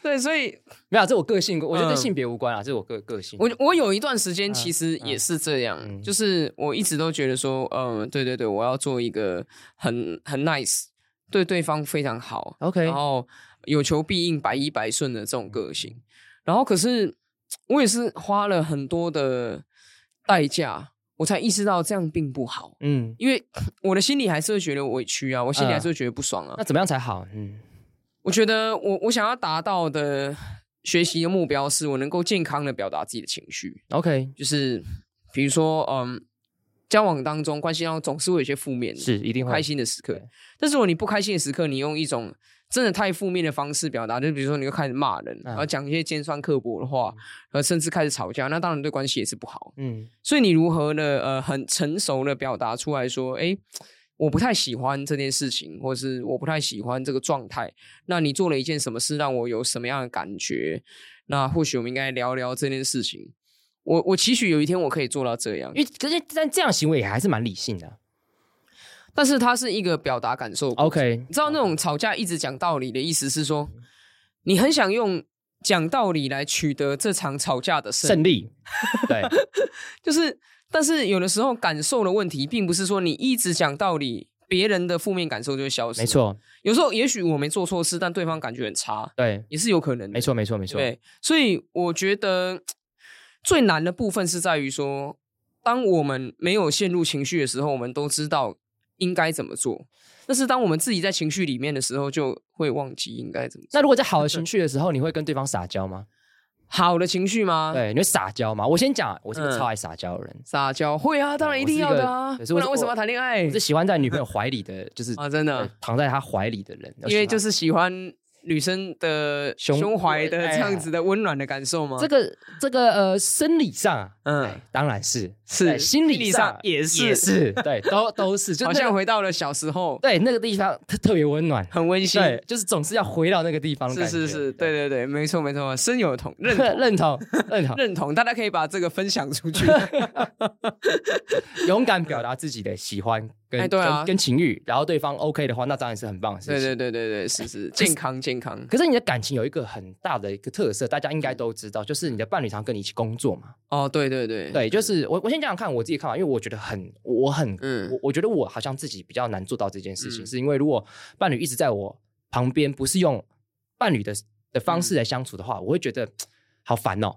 Speaker 2: 对，所以
Speaker 1: 没有，这我个性，我觉得
Speaker 2: 嗯
Speaker 1: 跟性别无关啊，这是我个个性。
Speaker 2: 我我有一段时间其实
Speaker 1: 嗯
Speaker 2: 也是这样，
Speaker 1: 嗯
Speaker 2: 就是我一直都觉得说，嗯，对对对，我要做一个很很 nice，对对方非常好，
Speaker 1: OK，
Speaker 2: 然后有求必应、百依百顺的这种个性。然后可是我也是花了很多的代价，我才意识到这样并不好，
Speaker 1: 嗯，
Speaker 2: 因为我的心里还是会觉得委屈啊，我心里还是会觉得不爽啊。
Speaker 1: 那怎么样才好？嗯，
Speaker 2: 我觉得我我想要达到的学习的目标是我能够健康的表达自己的情绪，
Speaker 1: OK，
Speaker 2: 就是比如说，嗯，交往当中关系当中总是会有一些负面的，
Speaker 1: 是一定
Speaker 2: 不
Speaker 1: 会
Speaker 2: 开心的时刻
Speaker 1: 对。
Speaker 2: 但是如果你不开心的时刻，你用一种真的太负面的方式表达，就比如说你就开始骂人，
Speaker 1: 嗯
Speaker 2: 然后讲一些尖酸刻薄的话，然后甚至开始吵架，那当然对关系也是不好。
Speaker 1: 嗯
Speaker 2: 所以你如何的呃很成熟的表达出来说，哎，我不太喜欢这件事情，或是我不太喜欢这个状态。那你做了一件什么事让我有什么样的感觉？那或许我们应该聊聊这件事情。我我期许有一天我可以做到这样，
Speaker 1: 因为可是但这样行为也还是蛮理性的啊。
Speaker 2: 但是它是一个表达感受的过 程
Speaker 1: OK，
Speaker 2: 你知道那种吵架一直讲道理的意思是说，你很想用讲道理来取得这场吵架的胜利，
Speaker 1: 胜 利，对，
Speaker 2: 就是但是有的时候感受的问题，并不是说你一直讲道理，别人的负面感受就会消失。
Speaker 1: 没，错，
Speaker 2: 有时候也许我没做错事，但对方感觉很差，
Speaker 1: 对，
Speaker 2: 也是有可能的。
Speaker 1: 没错，没错，没错，
Speaker 2: 对，所以我觉得最难的部分是在于说，当我们没有陷入情绪的时候，我们都知道应该怎么做。但是当我们自己在情绪里面的时候，就会忘记应该怎么做。
Speaker 1: 那如果在 好的情绪的时候，你会跟对方撒娇吗？
Speaker 2: 好的情绪吗？，
Speaker 1: 对，你会撒娇吗？我先讲，啊我是一个
Speaker 2: 嗯
Speaker 1: 超爱撒娇的人，
Speaker 2: 撒娇会啊，当然一定要的啊，
Speaker 1: 我是一个可是
Speaker 2: 不
Speaker 1: 我
Speaker 2: 然为什么要谈恋爱
Speaker 1: 我是喜欢在女 朋友怀里的，就是
Speaker 2: 啊？真的
Speaker 1: 对，躺在她怀里的人，
Speaker 2: 因为就是是喜欢女生的
Speaker 1: 胸
Speaker 2: 胸怀的
Speaker 1: 哎
Speaker 2: 这样子的温暖的感受吗？
Speaker 1: 这个这个呃生理上啊，
Speaker 2: 嗯，
Speaker 1: 当然是
Speaker 2: 是
Speaker 1: 对心
Speaker 2: 心
Speaker 1: 理
Speaker 2: 理
Speaker 1: 上
Speaker 2: 上也是
Speaker 1: 也是， 对，都都是，就
Speaker 2: 好
Speaker 1: 那个
Speaker 2: 像回到了小时候，
Speaker 1: 对那个地方特特别温暖，
Speaker 2: 很温馨。
Speaker 1: 对，就是总是要回到那个地方的
Speaker 2: 是
Speaker 1: 感觉，
Speaker 2: 是是，对对对，没错没错，深有 同认同
Speaker 1: 对，认同认同，
Speaker 2: 认同，大家可以把这个分享出 去。
Speaker 1: 勇敢表达自己的喜欢跟、
Speaker 2: 哎对啊
Speaker 1: 跟跟情欲，然后对方 OK 的话，那当然是很棒的事情。
Speaker 2: 对对对对对，是是，健康健康。
Speaker 1: 可是你的感情有一个很大的一个特色，大家应该都知道，就是你的伴侣常跟你一起工作嘛。
Speaker 2: 哦，对对对，
Speaker 1: 对，就是我我先讲讲看我自己的看法，因为我觉得很我很、
Speaker 2: 嗯
Speaker 1: 我我觉得我好像自己比较难做到这件事情，
Speaker 2: 嗯
Speaker 1: 是因为如果伴侣一直在我旁边，不是用伴侣的的方式
Speaker 2: 嗯
Speaker 1: 来相处的话，我会觉得嘖好烦 哦。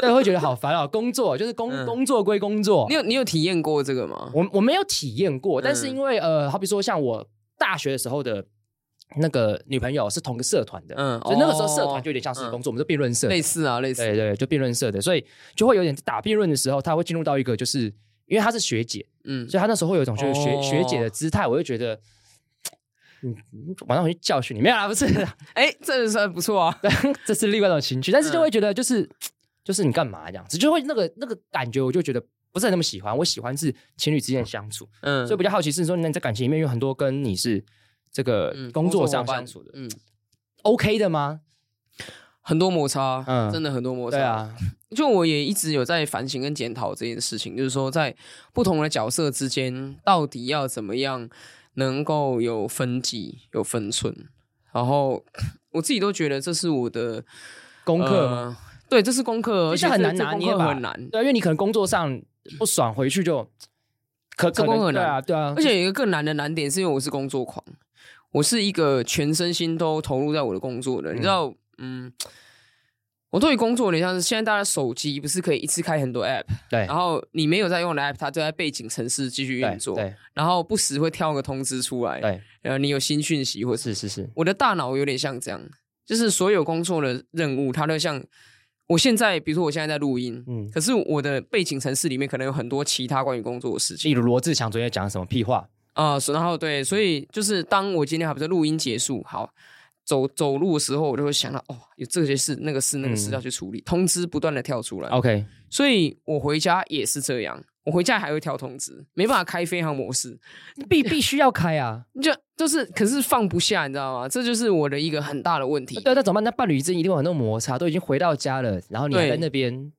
Speaker 1: 对，我会觉得好烦哦。工作就是工、
Speaker 2: 嗯
Speaker 1: 工作归工作，
Speaker 2: 你有你有体验过这个吗？
Speaker 1: 我我没有体验过，但是
Speaker 2: 嗯
Speaker 1: 因为、呃，好比说像我大学的时候的那个女朋友是同个社团的，
Speaker 2: 嗯
Speaker 1: 所以那个时候社团
Speaker 2: 哦
Speaker 1: 就有点像是
Speaker 2: 嗯
Speaker 1: 工作，我们是辩论社，
Speaker 2: 类似啊，类似。
Speaker 1: 对对，就辩论社的，所以就会有点打辩论的时候，他会进入到一个就是因为她是学姐，
Speaker 2: 嗯，
Speaker 1: 所以她那时候会有一种就是学、
Speaker 2: 哦
Speaker 1: 学姐的姿态，我就觉得。嗯，晚上我去教训你，没有啦，不 是，
Speaker 2: 哎，这算不错啊。
Speaker 1: 这是另外一种情绪，
Speaker 2: 嗯
Speaker 1: 但是就会觉得就是、就是你干嘛这样子，就会那个那个感觉，我就觉得不是很那么喜欢。我喜欢是情侣之间的相处，
Speaker 2: 嗯
Speaker 1: 所以比较好奇是说，那你在感情里面有很多跟你是这个
Speaker 2: 嗯
Speaker 1: 工作
Speaker 2: 伙
Speaker 1: 上
Speaker 2: 伴
Speaker 1: 相处的、
Speaker 2: 嗯，
Speaker 1: OK 的吗？
Speaker 2: 很多摩擦，
Speaker 1: 嗯
Speaker 2: 真的很多摩擦。
Speaker 1: 对，啊，
Speaker 2: 就我也一直有在反省跟检讨这件事情，就是说在不同的角色之间，到底要怎么样能够有分际、有分寸。然后 我自己都觉得这是我的
Speaker 1: 功课吗、
Speaker 2: 呃对，这是功课，而
Speaker 1: 其实
Speaker 2: 且
Speaker 1: 很
Speaker 2: 这
Speaker 1: 难
Speaker 2: 这
Speaker 1: 拿
Speaker 2: 功
Speaker 1: 捏
Speaker 2: 课
Speaker 1: 吧
Speaker 2: 很难。
Speaker 1: 对，因为你可能工作上不爽，回去就可
Speaker 2: 这
Speaker 1: 可
Speaker 2: 功
Speaker 1: 能
Speaker 2: 课很
Speaker 1: 对啊，对啊，
Speaker 2: 而且有一个更难的难点，是因为我是工作狂，我是一个全身心都投入在我的工作的。你知道，嗯，我对于工作，你像是现在大家手机不是可以一次开很多 app，
Speaker 1: 对
Speaker 2: 然后你没有在用的 app，它就在背景城市继续
Speaker 1: 对
Speaker 2: 运作，哎
Speaker 1: 对
Speaker 2: 然后不时会跳个通知出来，
Speaker 1: 对，
Speaker 2: 然后你有新讯息或是
Speaker 1: 是是是，
Speaker 2: 我的大脑有点像这样，就是所有工作的任务，它都像我现在，比如说我现在在录音，
Speaker 1: 嗯
Speaker 2: 可是我的背景城市里面可能有很多其他关于工作的事情。呃
Speaker 1: 例如罗志祥昨天讲什么屁话，
Speaker 2: 啊、所然后对，所以就是当我今天还不是录音结束，好，走走路的时候，我就会想到哦，有这些事、那个事、那个事
Speaker 1: 嗯
Speaker 2: 要去处理，通知不断的跳出来。
Speaker 1: OK，
Speaker 2: 所以我回家也是这样，我回家还会跳通知，没办法开飞行模式，
Speaker 1: 必必须要开啊。
Speaker 2: 就就是可是放不下，你知道吗？这就是我的一个很大的问题。
Speaker 1: 对，那怎么办？那伴侣之间一定会有很多摩擦，都已经回到家了，然后你还
Speaker 2: 对
Speaker 1: 在那边，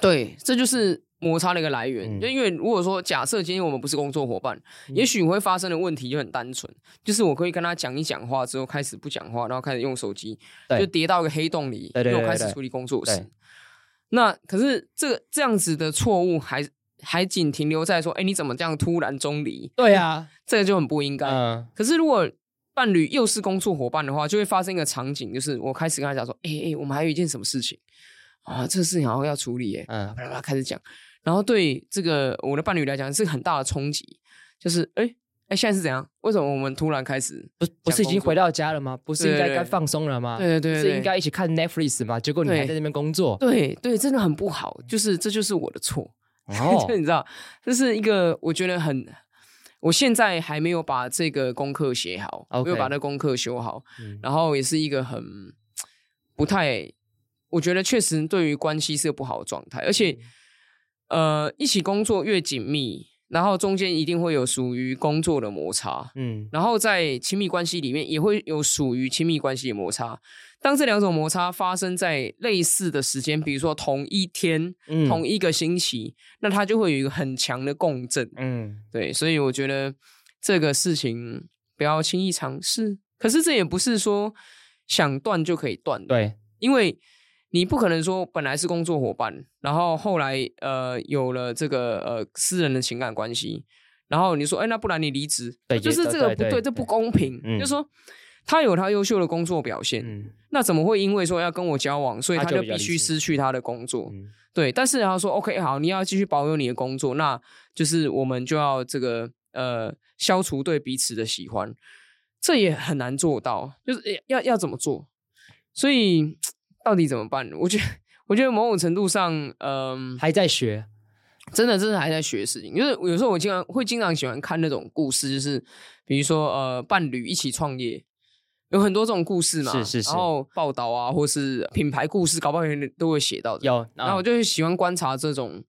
Speaker 2: 对，这就是摩擦的一个来源。
Speaker 1: 嗯
Speaker 2: 就因为如果说假设今天我们不是工作伙伴，也许会发生的问题就很单纯，就是我可以跟他讲一讲话之后开始不讲话，然后开始用手机，
Speaker 1: 对
Speaker 2: 就跌到一个黑洞里，
Speaker 1: 对对对
Speaker 2: 又开始
Speaker 1: 对
Speaker 2: 处理工作室
Speaker 1: 对。
Speaker 2: 那可是这个这样子的错误还还仅停留在说，哎，你怎么这样突然中离？
Speaker 1: 对啊，
Speaker 2: 这个就很不应该。
Speaker 1: 嗯，
Speaker 2: 可是如果伴侣又是工作伙伴的话，就会发生一个场景，就是我开始跟他讲说，哎、哎、我们还有一件什么事情啊，这个事情好像要处理耶、
Speaker 1: 嗯
Speaker 2: 巴拉巴拉开始讲，然后对这个我的伴侣来讲是很大的冲击，就是哎哎、诶现在是怎样？为什么我们突然开始？
Speaker 1: 不不是已经回到家了吗？不是应该
Speaker 2: 对对
Speaker 1: 该放松了吗？
Speaker 2: 对对对
Speaker 1: 是应该一起看 Netflix 吗？结果你还
Speaker 2: 对
Speaker 1: 在那边工作，
Speaker 2: 对对，真的很不好，就是这就是我的错。
Speaker 1: 哦
Speaker 2: 就你知道，这是一个我觉得很，我现在还没有把这个功课写好
Speaker 1: OK
Speaker 2: 没有把那功课修好，
Speaker 1: 嗯
Speaker 2: 然后也是一个很不太，我觉得确实对于关系是个不好的状态，而且
Speaker 1: 嗯
Speaker 2: 呃，一起工作越紧密，然后中间一定会有属于工作的摩擦，
Speaker 1: 嗯，
Speaker 2: 然后在亲密关系里面也会有属于亲密关系的摩擦。当这两种摩擦发生在类似的时间，比如说同一天、
Speaker 1: 嗯
Speaker 2: 同一个星期，那它就会有一个很强的共振。
Speaker 1: 嗯，
Speaker 2: 对，所以我觉得这个事情不要轻易尝试。可是这也不是说想断就可以断的，
Speaker 1: 对，
Speaker 2: 因为你不可能说本来是工作伙伴，然后后来呃有了这个呃私人的情感关系，然后你说哎那不然你离职，
Speaker 1: 对
Speaker 2: 就
Speaker 1: 也
Speaker 2: 是
Speaker 1: 对
Speaker 2: 这个
Speaker 1: 对
Speaker 2: 不
Speaker 1: 对
Speaker 2: 对，
Speaker 1: 对
Speaker 2: 这不公平。
Speaker 1: 嗯
Speaker 2: 就是说他有他优秀的工作表现，
Speaker 1: 嗯
Speaker 2: 那怎么会因为说要跟我交往，所以
Speaker 1: 他
Speaker 2: 他
Speaker 1: 就
Speaker 2: 就
Speaker 1: 比较
Speaker 2: 必
Speaker 1: 理
Speaker 2: 须
Speaker 1: 性
Speaker 2: 失去他的工作？
Speaker 1: 嗯
Speaker 2: 对，但是他说 OK 好，你要继续保有你的工作，那就是我们就要这个呃消除对彼此的喜欢，这也很难做到，就是要要怎么做？所以到底怎么办？我觉得我觉得某种程度上，嗯、
Speaker 1: 还在学，
Speaker 2: 真的真的还在学事情，就是有时候我经常会经常喜欢看那种故事，就是比如说呃伴侣一起创业。有很多这种故事嘛，
Speaker 1: 是是是
Speaker 2: 然后报道啊，或是品牌故事，搞不好有人都会写到的。
Speaker 1: 有，哦
Speaker 2: 然后我
Speaker 1: 就
Speaker 2: 就会喜欢观察这种，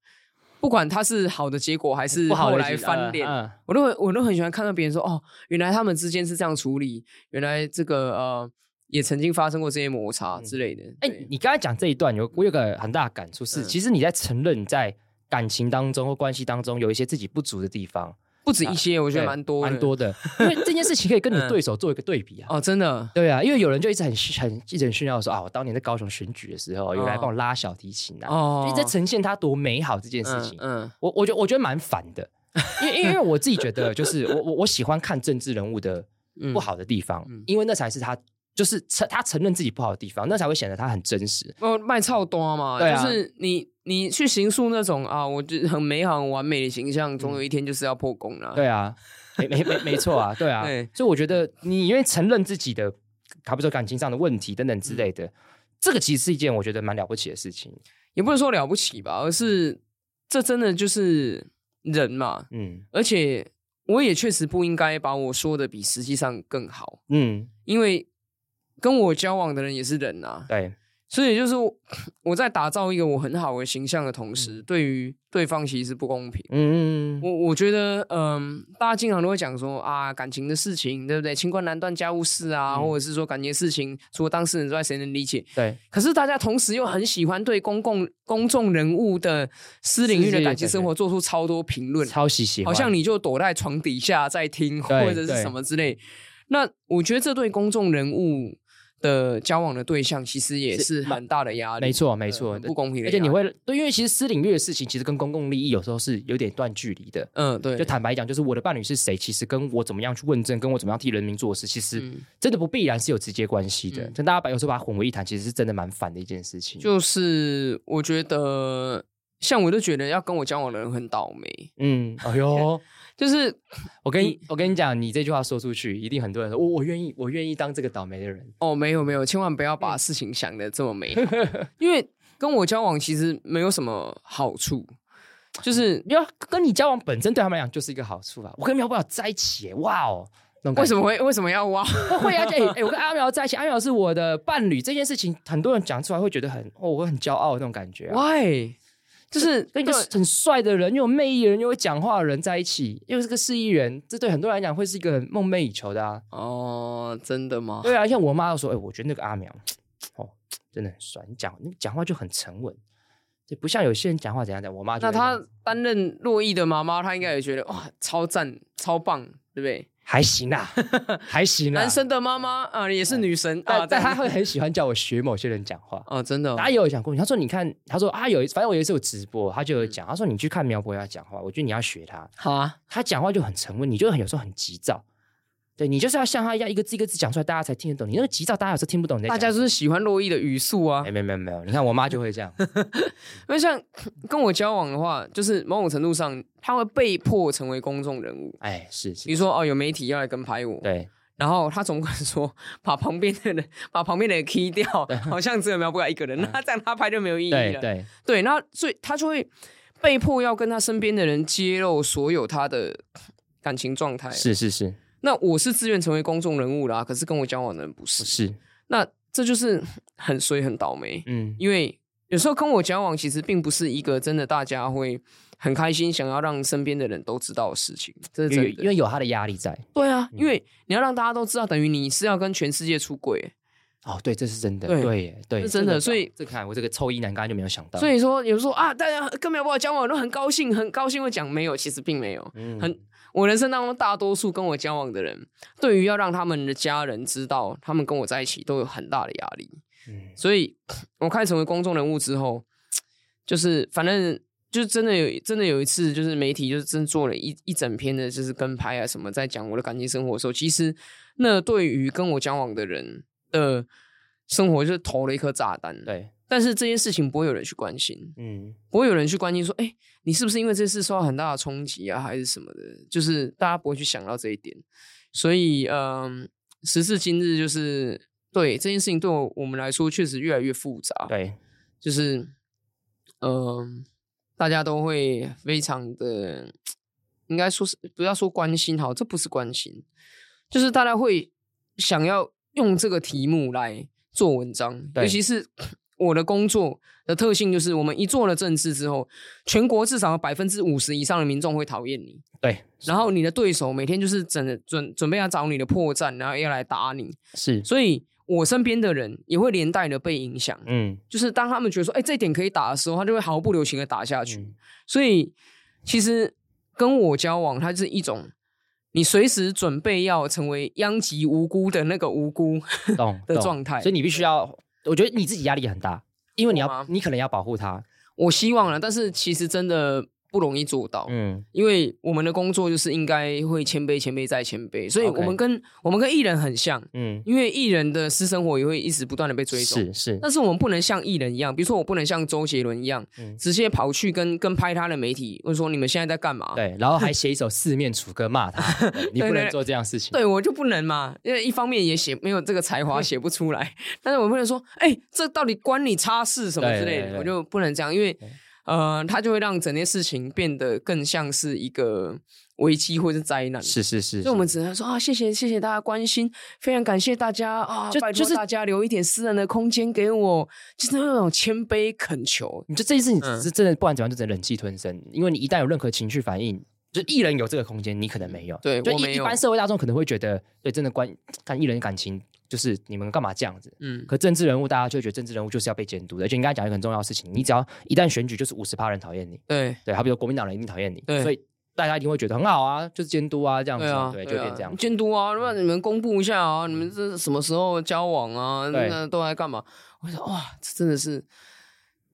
Speaker 2: 不管它是好的结果还是
Speaker 1: 不好
Speaker 2: 后
Speaker 1: 的
Speaker 2: 来
Speaker 1: 例子
Speaker 2: 翻
Speaker 1: 嗯
Speaker 2: 脸，
Speaker 1: 嗯
Speaker 2: 我都会我都很喜欢看到别人说哦，原来他们之间是这样处理，原来这个呃也曾经发生过这些摩擦之类的。
Speaker 1: 哎、
Speaker 2: 对
Speaker 1: 你刚才讲这一段，有我有个很大的感触是，
Speaker 2: 嗯
Speaker 1: 其实你在承认你在感情当中或关系当中有一些自己不足的地方，
Speaker 2: 不止一些，我觉得
Speaker 1: 呃对
Speaker 2: 蛮多的
Speaker 1: 蛮多的，因为这件事情可以跟你
Speaker 2: 嗯
Speaker 1: 对手做一个对比啊。
Speaker 2: 哦，真的
Speaker 1: 对啊，因为有人就一直很很一直很炫耀说啊，我当年在高雄选举的时候，有人来
Speaker 2: 哦
Speaker 1: 帮我拉小提琴啊，
Speaker 2: 哦，
Speaker 1: 就一直在呈现他多美好这件事情。
Speaker 2: 嗯
Speaker 1: 我我觉得我觉得蛮烦 的，因为因为因为我自己觉得就是我我我喜欢看政治人物的
Speaker 2: 嗯
Speaker 1: 不。好的地方，
Speaker 2: 嗯
Speaker 1: 因为那才是他就是承他承认自己不好的地方，那才会显得他很真实。
Speaker 2: 哦，卖超多嘛，
Speaker 1: 对啊
Speaker 2: 就是你你去形塑那种啊，我就很美好、很完美的形象，总有一天就是要破功了。
Speaker 1: 嗯对啊，没没没没错啊，对啊
Speaker 2: 对，
Speaker 1: 所以我觉得你因为承认自己的，好比说感情上的问题等
Speaker 2: 嗯
Speaker 1: 等之类的，这个其实是一件我觉得蛮了不起的事情。
Speaker 2: 也不能说了不起吧，而是这真的就是人嘛，
Speaker 1: 嗯
Speaker 2: 而且我也确实不应该把我说的比实际上更好，
Speaker 1: 嗯，
Speaker 2: 因为跟我交往的人也是人啊，
Speaker 1: 对，
Speaker 2: 所以就是我我在打造一个我很好的形象的同时，对于对方其实是不公平。
Speaker 1: 嗯
Speaker 2: 我我觉得，嗯，大家经常都会讲说啊，感情的事情，对不对？清官难断家务事啊，
Speaker 1: 嗯
Speaker 2: 或者是说感情的事情，除了当事人之外，谁能理解？
Speaker 1: 对，
Speaker 2: 可是大家同时又很喜欢对公共公众人物的私领域的感情生活做出超多评论，
Speaker 1: 超级喜欢，
Speaker 2: 好像你就躲在床底下在听
Speaker 1: 对
Speaker 2: 或者是
Speaker 1: 对
Speaker 2: 什么之类。那我觉得这对公众人物的交往的对象其实也是很大的压力，
Speaker 1: 没错没
Speaker 2: 对，
Speaker 1: 错
Speaker 2: 很，呃不啊公平的。
Speaker 1: 而且你，会对，因为其实私领域的事情，其实跟公共利益有时候是有点断距离的。
Speaker 2: 嗯，对，
Speaker 1: 就坦白讲，就是我的伴侣是谁，其实跟我怎么样去问政，跟我怎么样替人民做事，其实
Speaker 2: 嗯
Speaker 1: 真的不必然是有直接关系的。
Speaker 2: 嗯
Speaker 1: 但大家把有时候把它混为一谈，其实是真的蛮烦的一件事情。
Speaker 2: 就是我觉得，像我就觉得要跟我交往的人很倒霉，
Speaker 1: 嗯，哎呦，
Speaker 2: 就是
Speaker 1: 我跟你我跟你讲，你这句话说出去，一定很多人说，我哦我愿意，我愿意当这个倒霉的人。
Speaker 2: 哦，没有没有，千万不要把事情想的这 么美好，因为跟我交往其实没有什么好处，就是
Speaker 1: 因为跟你交往本身对他们来讲就是一个好处啊。我跟苗宝在一起耶，哇哦，那种感
Speaker 2: 为
Speaker 1: 觉
Speaker 2: 什么会为什么要挖？
Speaker 1: 会啊？哎、哎我跟阿苗在一起，阿苗是我的伴侣，这件事情很多人讲出来会觉得很哦，我会很骄傲的那种感觉、啊。
Speaker 2: Why？就是
Speaker 1: 跟一个很帅的人，又有魅力的人，又会讲话的人在一起，又是个市议员，这对很多人来讲会是一个很梦寐以求的啊。
Speaker 3: 哦，真的吗？
Speaker 1: 对啊，像我妈就说，哎、我觉得那个阿苗，哦，真的很帅，你讲你讲话就很沉稳，就不像有些人讲话怎样讲。我妈就
Speaker 2: 那
Speaker 1: 会这样
Speaker 2: 他担任洛伊的妈妈，他应该也觉得哇，超赞，超棒，对不对？
Speaker 1: 还行 啦，还行啦。
Speaker 2: 男生的妈妈啊，也是女神啊，
Speaker 1: 但但哎
Speaker 2: 这
Speaker 1: 他
Speaker 2: 样
Speaker 1: 会很喜欢叫我学某些人讲话。
Speaker 2: 哦，真的哦，
Speaker 1: 他也有讲过，他说你看，他说啊有一，反正我有一次有直播，他就有
Speaker 2: 嗯
Speaker 1: 讲，他说你去看苗博雅讲话，我觉得你要学他，
Speaker 2: 好啊，
Speaker 1: 他讲话就很沉稳，你就很有时候很急躁，对你就是要像他一样一个字一个字讲出来，大家才听得懂。你那个急躁，大家有时候听不懂你在
Speaker 2: 大
Speaker 1: 讲
Speaker 2: 家
Speaker 1: 什么。
Speaker 2: 就是喜欢洛伊的语速啊
Speaker 1: 啊哎，，没有没有没有，你看我妈就会这样，
Speaker 2: 因为像 跟我交往的话，就是某种程度上，他会被迫成为公众人物。
Speaker 1: 哎是
Speaker 2: 比
Speaker 1: 是，
Speaker 2: 如说哦，有媒体要来跟拍我，
Speaker 1: 对
Speaker 2: 然后他总管说 把旁边的人把旁边的人 key 掉，好像只有苗博雅一个人，那这样他拍就没有意义
Speaker 1: 对
Speaker 2: 了。
Speaker 1: 对，
Speaker 2: 对，那所以他就会被迫要跟他身边的人揭露所有他的感情状态。
Speaker 1: 是是是
Speaker 2: 那我是自愿成为公众人物啦，可是跟我交往的人不是。
Speaker 1: 是，
Speaker 2: 那这就是很衰很倒霉，
Speaker 1: 嗯
Speaker 2: 因为有时候跟我交往其实并不是一个真的大家会很开心想要让身边的人都知道的事情，这是
Speaker 1: 因为
Speaker 2: 真
Speaker 1: 因
Speaker 2: 的。
Speaker 1: 为有嗯他的压力在，
Speaker 2: 对啊，因为你要让大家都知道，等于你是要跟全世界出轨。
Speaker 1: 哦对，这是真的，
Speaker 2: 对
Speaker 1: 对耶对，
Speaker 2: 是真
Speaker 1: 这
Speaker 2: 的
Speaker 1: 个
Speaker 2: 所以
Speaker 1: 这个看我这个臭衣男刚才就没有想到，
Speaker 2: 所以说，有时候啊，大家跟苗博雅交往都很高兴，很高兴会讲没有，其实并没有。
Speaker 1: 嗯
Speaker 2: 很我人生当中大多数跟我交往的人，对于要让他们的家人知道他们跟我在一起，都有很大的压力。
Speaker 1: 嗯
Speaker 2: 所以我开始成为公众人物之后，就是反正就是真的有真的有一次，就是媒体就是真做了一一整篇的，就是跟拍啊什么，在讲我的感情生活的时候，其实那对于跟我交往的人的生活，就是投了一颗炸弹。，
Speaker 1: 对
Speaker 2: 但是这件事情不会有人去关心，
Speaker 1: 嗯
Speaker 2: 不会有人去关心说，哎、你是不是因为这次受到很大的冲击啊，还是什么的？就是大家不会去想到这一点。所以，嗯，时至今日，就是对这件事情对我我们来说，确实越来越复杂。，
Speaker 1: 对
Speaker 2: 就是，嗯、大家都会非常的，应该说是不要说关心好，这不是关心，就是大家会想要用这个题目来做文章，
Speaker 1: 对
Speaker 2: 尤其是我的工作的特性就是，我们一做了政治之后，全国至少有百分之五十以上的民众会讨厌你，
Speaker 1: 对
Speaker 2: 然后你的对手每天就是准准准备要找你的破绽，然后要来打你，
Speaker 1: 是
Speaker 2: 所以我身边的人也会连带的被影响。
Speaker 1: 嗯
Speaker 2: 就是当他们觉得说，哎、这一点可以打的时候，他就会毫不留情的打下去。
Speaker 1: 嗯
Speaker 2: 所以其实跟我交往，它是一种你随时准备要成为殃及无辜的那个无辜
Speaker 1: 嗯懂
Speaker 2: 的
Speaker 1: 懂
Speaker 2: 状态
Speaker 1: 所以。你必须要，我觉得你自己压力也很大，因为你
Speaker 2: 我
Speaker 1: 要
Speaker 2: 吗
Speaker 1: 你可能要保护他，
Speaker 2: 我希望了，但是其实真的不容易做到，
Speaker 1: 嗯，
Speaker 2: 因为我们的工作就是应该会谦卑、谦卑再谦卑，所以
Speaker 1: OK
Speaker 2: 我们跟我们跟艺人很像，
Speaker 1: 嗯，
Speaker 2: 因为艺人的私生活也会一直不断的被追踪。
Speaker 1: 是是，
Speaker 2: 但是我们不能像艺人一样，比如说我不能像周杰伦一样，
Speaker 1: 嗯
Speaker 2: 直接跑去跟跟拍他的媒体问说你们现在在干嘛？
Speaker 1: 对，然后还写一首四面楚歌骂 他，对你
Speaker 2: 对
Speaker 1: 不能
Speaker 2: 对
Speaker 1: 做这样的事情，
Speaker 2: 对我就不能嘛，因为一方面也写没有这个才华，写不出来。但是我不能说，哎、这到底关你叉事什么之类
Speaker 1: 对对
Speaker 2: 的，
Speaker 1: 对
Speaker 2: 我就不能这样，因为呃，它就会让整件事情变得更像是一个危机或是灾难。
Speaker 1: 是是是，
Speaker 2: 所以我们只能说啊，谢谢谢谢大家关心，非常感谢大家啊，
Speaker 1: 就
Speaker 2: 拜托
Speaker 1: 就是
Speaker 2: 大家留一点私人的空间给我，就是那种谦卑恳求。
Speaker 1: 你就这件事情
Speaker 2: 嗯
Speaker 1: 是真的，不然怎么样就只能忍气吞声，因为你一旦有任何情绪反应。就艺人有这个空间，你可能没有。
Speaker 2: 对
Speaker 1: 就
Speaker 2: 我
Speaker 1: 一
Speaker 2: 没
Speaker 1: 一
Speaker 2: 有
Speaker 1: 般社会大众可能会觉得，对，真的关看艺人的感情，就是你们干嘛这样子？
Speaker 2: 嗯，
Speaker 1: 可政治人物大家就会觉得政治人物就是要被监督的，而且你刚才讲一个很重要的事情，你只要一旦选举，就是五十趴人讨厌你。
Speaker 2: 对。
Speaker 1: 对，好比说国民党人一定讨厌你，
Speaker 2: 对
Speaker 1: 所以大家一定会觉得很好啊，就是监督啊这样子，嗯
Speaker 2: 对啊，
Speaker 1: 就变这样
Speaker 2: 啊。。监督啊，那你们公布一下啊，你们这什么时候交往啊？
Speaker 1: 对
Speaker 2: 那都来干嘛？我想哇，这真的是。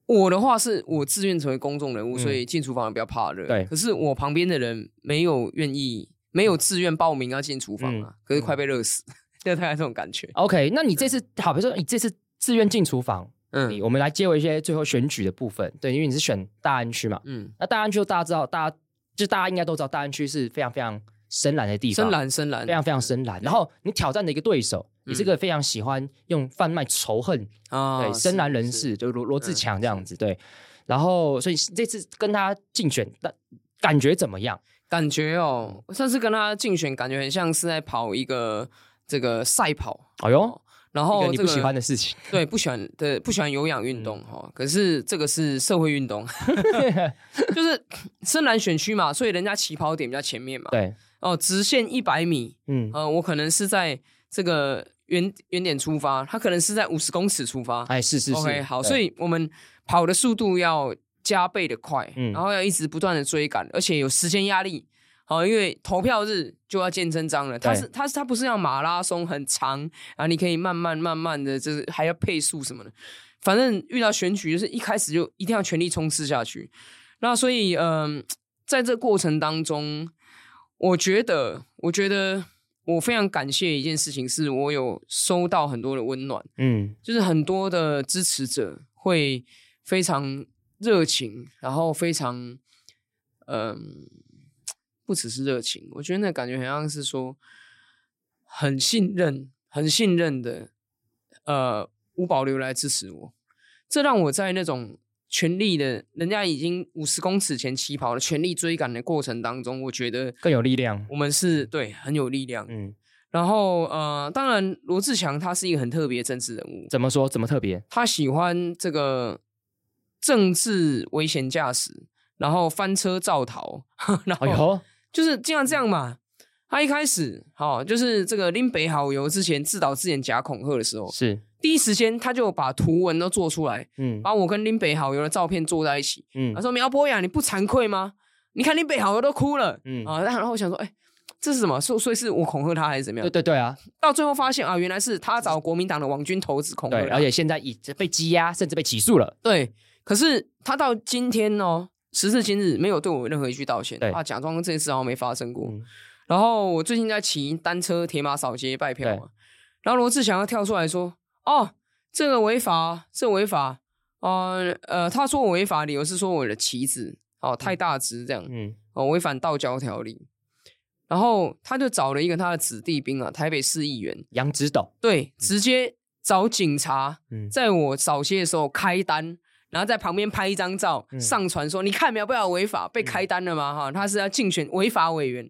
Speaker 2: 我的话是我自愿成为公众人物，
Speaker 1: 嗯
Speaker 2: 所以进厨房也不要怕热。
Speaker 1: 对
Speaker 2: 可是我旁边的人没有愿意，没有自愿报名要进厨房
Speaker 1: 嗯
Speaker 2: 啊，可是快被热死， 就大概这种感觉。
Speaker 1: OK，那你这次好，比如说你这次自愿进厨房，你
Speaker 2: 嗯
Speaker 1: 我们来接回一些最后选举的部分，对，因为你是选大安区嘛，
Speaker 2: 嗯，
Speaker 1: 那大安区大家知道，大家就大家应该都知道，大安区是非常非常深蓝的地方，
Speaker 2: 深蓝深蓝
Speaker 1: 非，常非常深蓝。然后你挑战的一个对手，也是
Speaker 2: 嗯
Speaker 1: 个非常喜欢用贩卖仇恨
Speaker 2: 啊
Speaker 1: 对，深蓝人，士就罗罗志
Speaker 2: 嗯
Speaker 1: 强这样子，对。然后，所以这次跟他竞选，但感觉怎么样？
Speaker 2: 感觉
Speaker 1: 哦
Speaker 2: 哦，我上次跟他竞选，感觉很像是在跑一个这个赛跑，
Speaker 1: 哎呦，
Speaker 2: 然
Speaker 1: 一
Speaker 2: 后、
Speaker 1: 个
Speaker 2: 哦这
Speaker 1: 你
Speaker 2: 个、
Speaker 1: 不喜欢的事情，
Speaker 2: 对，不喜欢对不喜欢有氧运动哈、哦可是这个是社会运动，就是深蓝选区嘛，所以人家起跑点比较前面嘛。
Speaker 1: 对，
Speaker 2: 哦，直线一百米，
Speaker 1: 嗯，
Speaker 2: 呃，我可能是在这个原原点出发，他可能是在五十公尺出发。
Speaker 1: 哎，是是是
Speaker 2: OK，好，
Speaker 1: 对
Speaker 2: 所以我们跑的速度要加倍的快，
Speaker 1: 嗯
Speaker 2: 然后要一直不断的追赶，而且有时间压力。好，因为投票日就要见真章了。它
Speaker 1: 对
Speaker 2: 是它是它不是要马拉松很长啊？你可以慢慢慢慢的，就是还要配速什么的。反正遇到选举，就是一开始就一定要全力冲刺下去。那所以，嗯、在这过程当中，我觉得，我觉得我非常感谢一件事情，是我有收到很多的温暖。
Speaker 1: 嗯，
Speaker 2: 就是很多的支持者会非常热情，然后非常，嗯、不只是热情，我觉得那感觉好像是说很信任、很信任的，呃，无保留来支持我，这让我在那种全力的，人家已经五十公尺前起跑了，全力追赶的过程当中，我觉得
Speaker 1: 更有力量，
Speaker 2: 我们是对很有力量。
Speaker 1: 嗯，
Speaker 2: 然后呃，当然罗志祥他是一个很特别的政治人物，
Speaker 1: 怎么说？怎么特别？
Speaker 2: 他喜欢这个政治危险驾驶，然后翻车造逃， 然
Speaker 1: 哎
Speaker 2: 后
Speaker 1: 呦，
Speaker 2: 就是经常这样嘛。他一开始，好、就是这个林北好友之前自导自演假恐吓的时候，
Speaker 1: 是，
Speaker 2: 第一时间他就把图文都做出来，
Speaker 1: 嗯
Speaker 2: 把我跟林北好友的照片做在一起。
Speaker 1: 嗯
Speaker 2: 他说：“苗博雅，你不惭愧吗？你看林北好友都哭了，
Speaker 1: 嗯
Speaker 2: 啊。”然后我想说，哎、这是什么？所所以是我恐吓他还是怎么样
Speaker 1: 对？对对啊，
Speaker 2: 到最后发现啊，原来是他找国民党的王军投资恐吓
Speaker 1: 对，
Speaker 2: 他，
Speaker 1: 而且现在已被羁押，甚至被起诉了，
Speaker 2: 对，可是他到今天哦，时至今日没有对我任何一句道歉
Speaker 1: 对，
Speaker 2: 他假装这件事好像没发生过。
Speaker 1: 嗯
Speaker 2: 然后我最近在骑单车铁马扫街拜票
Speaker 1: 对
Speaker 2: 嘛，然后罗志祥要跳出来说：“哦，这个违法，这违法。呃”呃，他说我违法，理由是说我的旗子哦太大只这样，
Speaker 1: 嗯，
Speaker 2: 哦违反道交条例。然后他就找了一个他的子弟兵啊，台北市议员，
Speaker 1: 杨直斗，
Speaker 2: 对，直接找警察
Speaker 1: 嗯，
Speaker 2: 在我扫街的时候开单，然后在旁边拍一张照，
Speaker 1: 嗯
Speaker 2: 上传说你看苗不要违法，被开单了吗？哈，他是要竞选违法委员。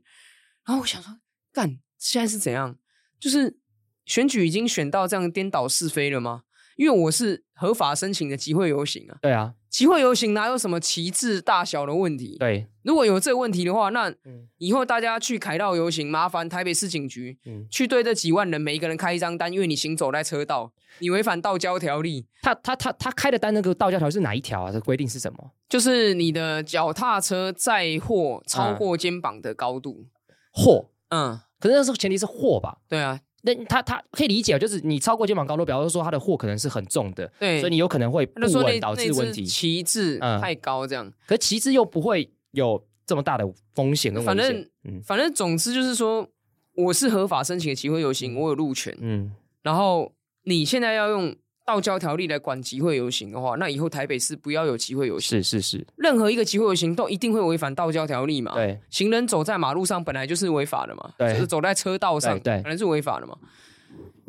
Speaker 2: 然后我想说，干，现在是怎样？就是选举已经选到这样颠倒是非了吗？因为我是合法申请的集会游行啊，
Speaker 1: 对啊，
Speaker 2: 集会游行哪有什么旗帜大小的问题？
Speaker 1: 对，
Speaker 2: 如果有这个问题的话，那
Speaker 1: 嗯
Speaker 2: 以后大家去凯道游行，麻烦台北市警局
Speaker 1: 嗯，
Speaker 2: 去对这几万人每一个人开一张单，因为你行走在车道，你违反道交条例，
Speaker 1: 他他他他开的单那个道教条是哪一条啊？这规定是什么？
Speaker 2: 就是你的脚踏车载货超
Speaker 1: 嗯
Speaker 2: 过肩膀的高度。
Speaker 1: 货，
Speaker 2: 嗯，
Speaker 1: 可是那时候前提是货吧？
Speaker 2: 对啊，
Speaker 1: 那他他可以理解，就是你超过肩膀高度，比方说他的货可能是很重的，
Speaker 2: 对，
Speaker 1: 所以你有可能会不
Speaker 2: 他就说那
Speaker 1: 稳导致
Speaker 2: 那只
Speaker 1: 问题，
Speaker 2: 旗帜
Speaker 1: 嗯
Speaker 2: 太高这样。
Speaker 1: 可是旗帜又不会有这么大的风险跟危
Speaker 2: 反
Speaker 1: 险
Speaker 2: 正，
Speaker 1: 嗯
Speaker 2: 反正总之就是说，我是合法申请的集会游行，我有路权。
Speaker 1: 嗯，
Speaker 2: 然后你现在要用道交条例来管集会游行的话，那以后台北市不要有集会游
Speaker 1: 是
Speaker 2: 行，
Speaker 1: 是是，
Speaker 2: 任何一个集会游行都一定会违反道交条例嘛。
Speaker 1: 对，
Speaker 2: 行人走在马路上本来就是违法的嘛，
Speaker 1: 对
Speaker 2: 就是走在车道上
Speaker 1: 对对
Speaker 2: 本来是违法的嘛，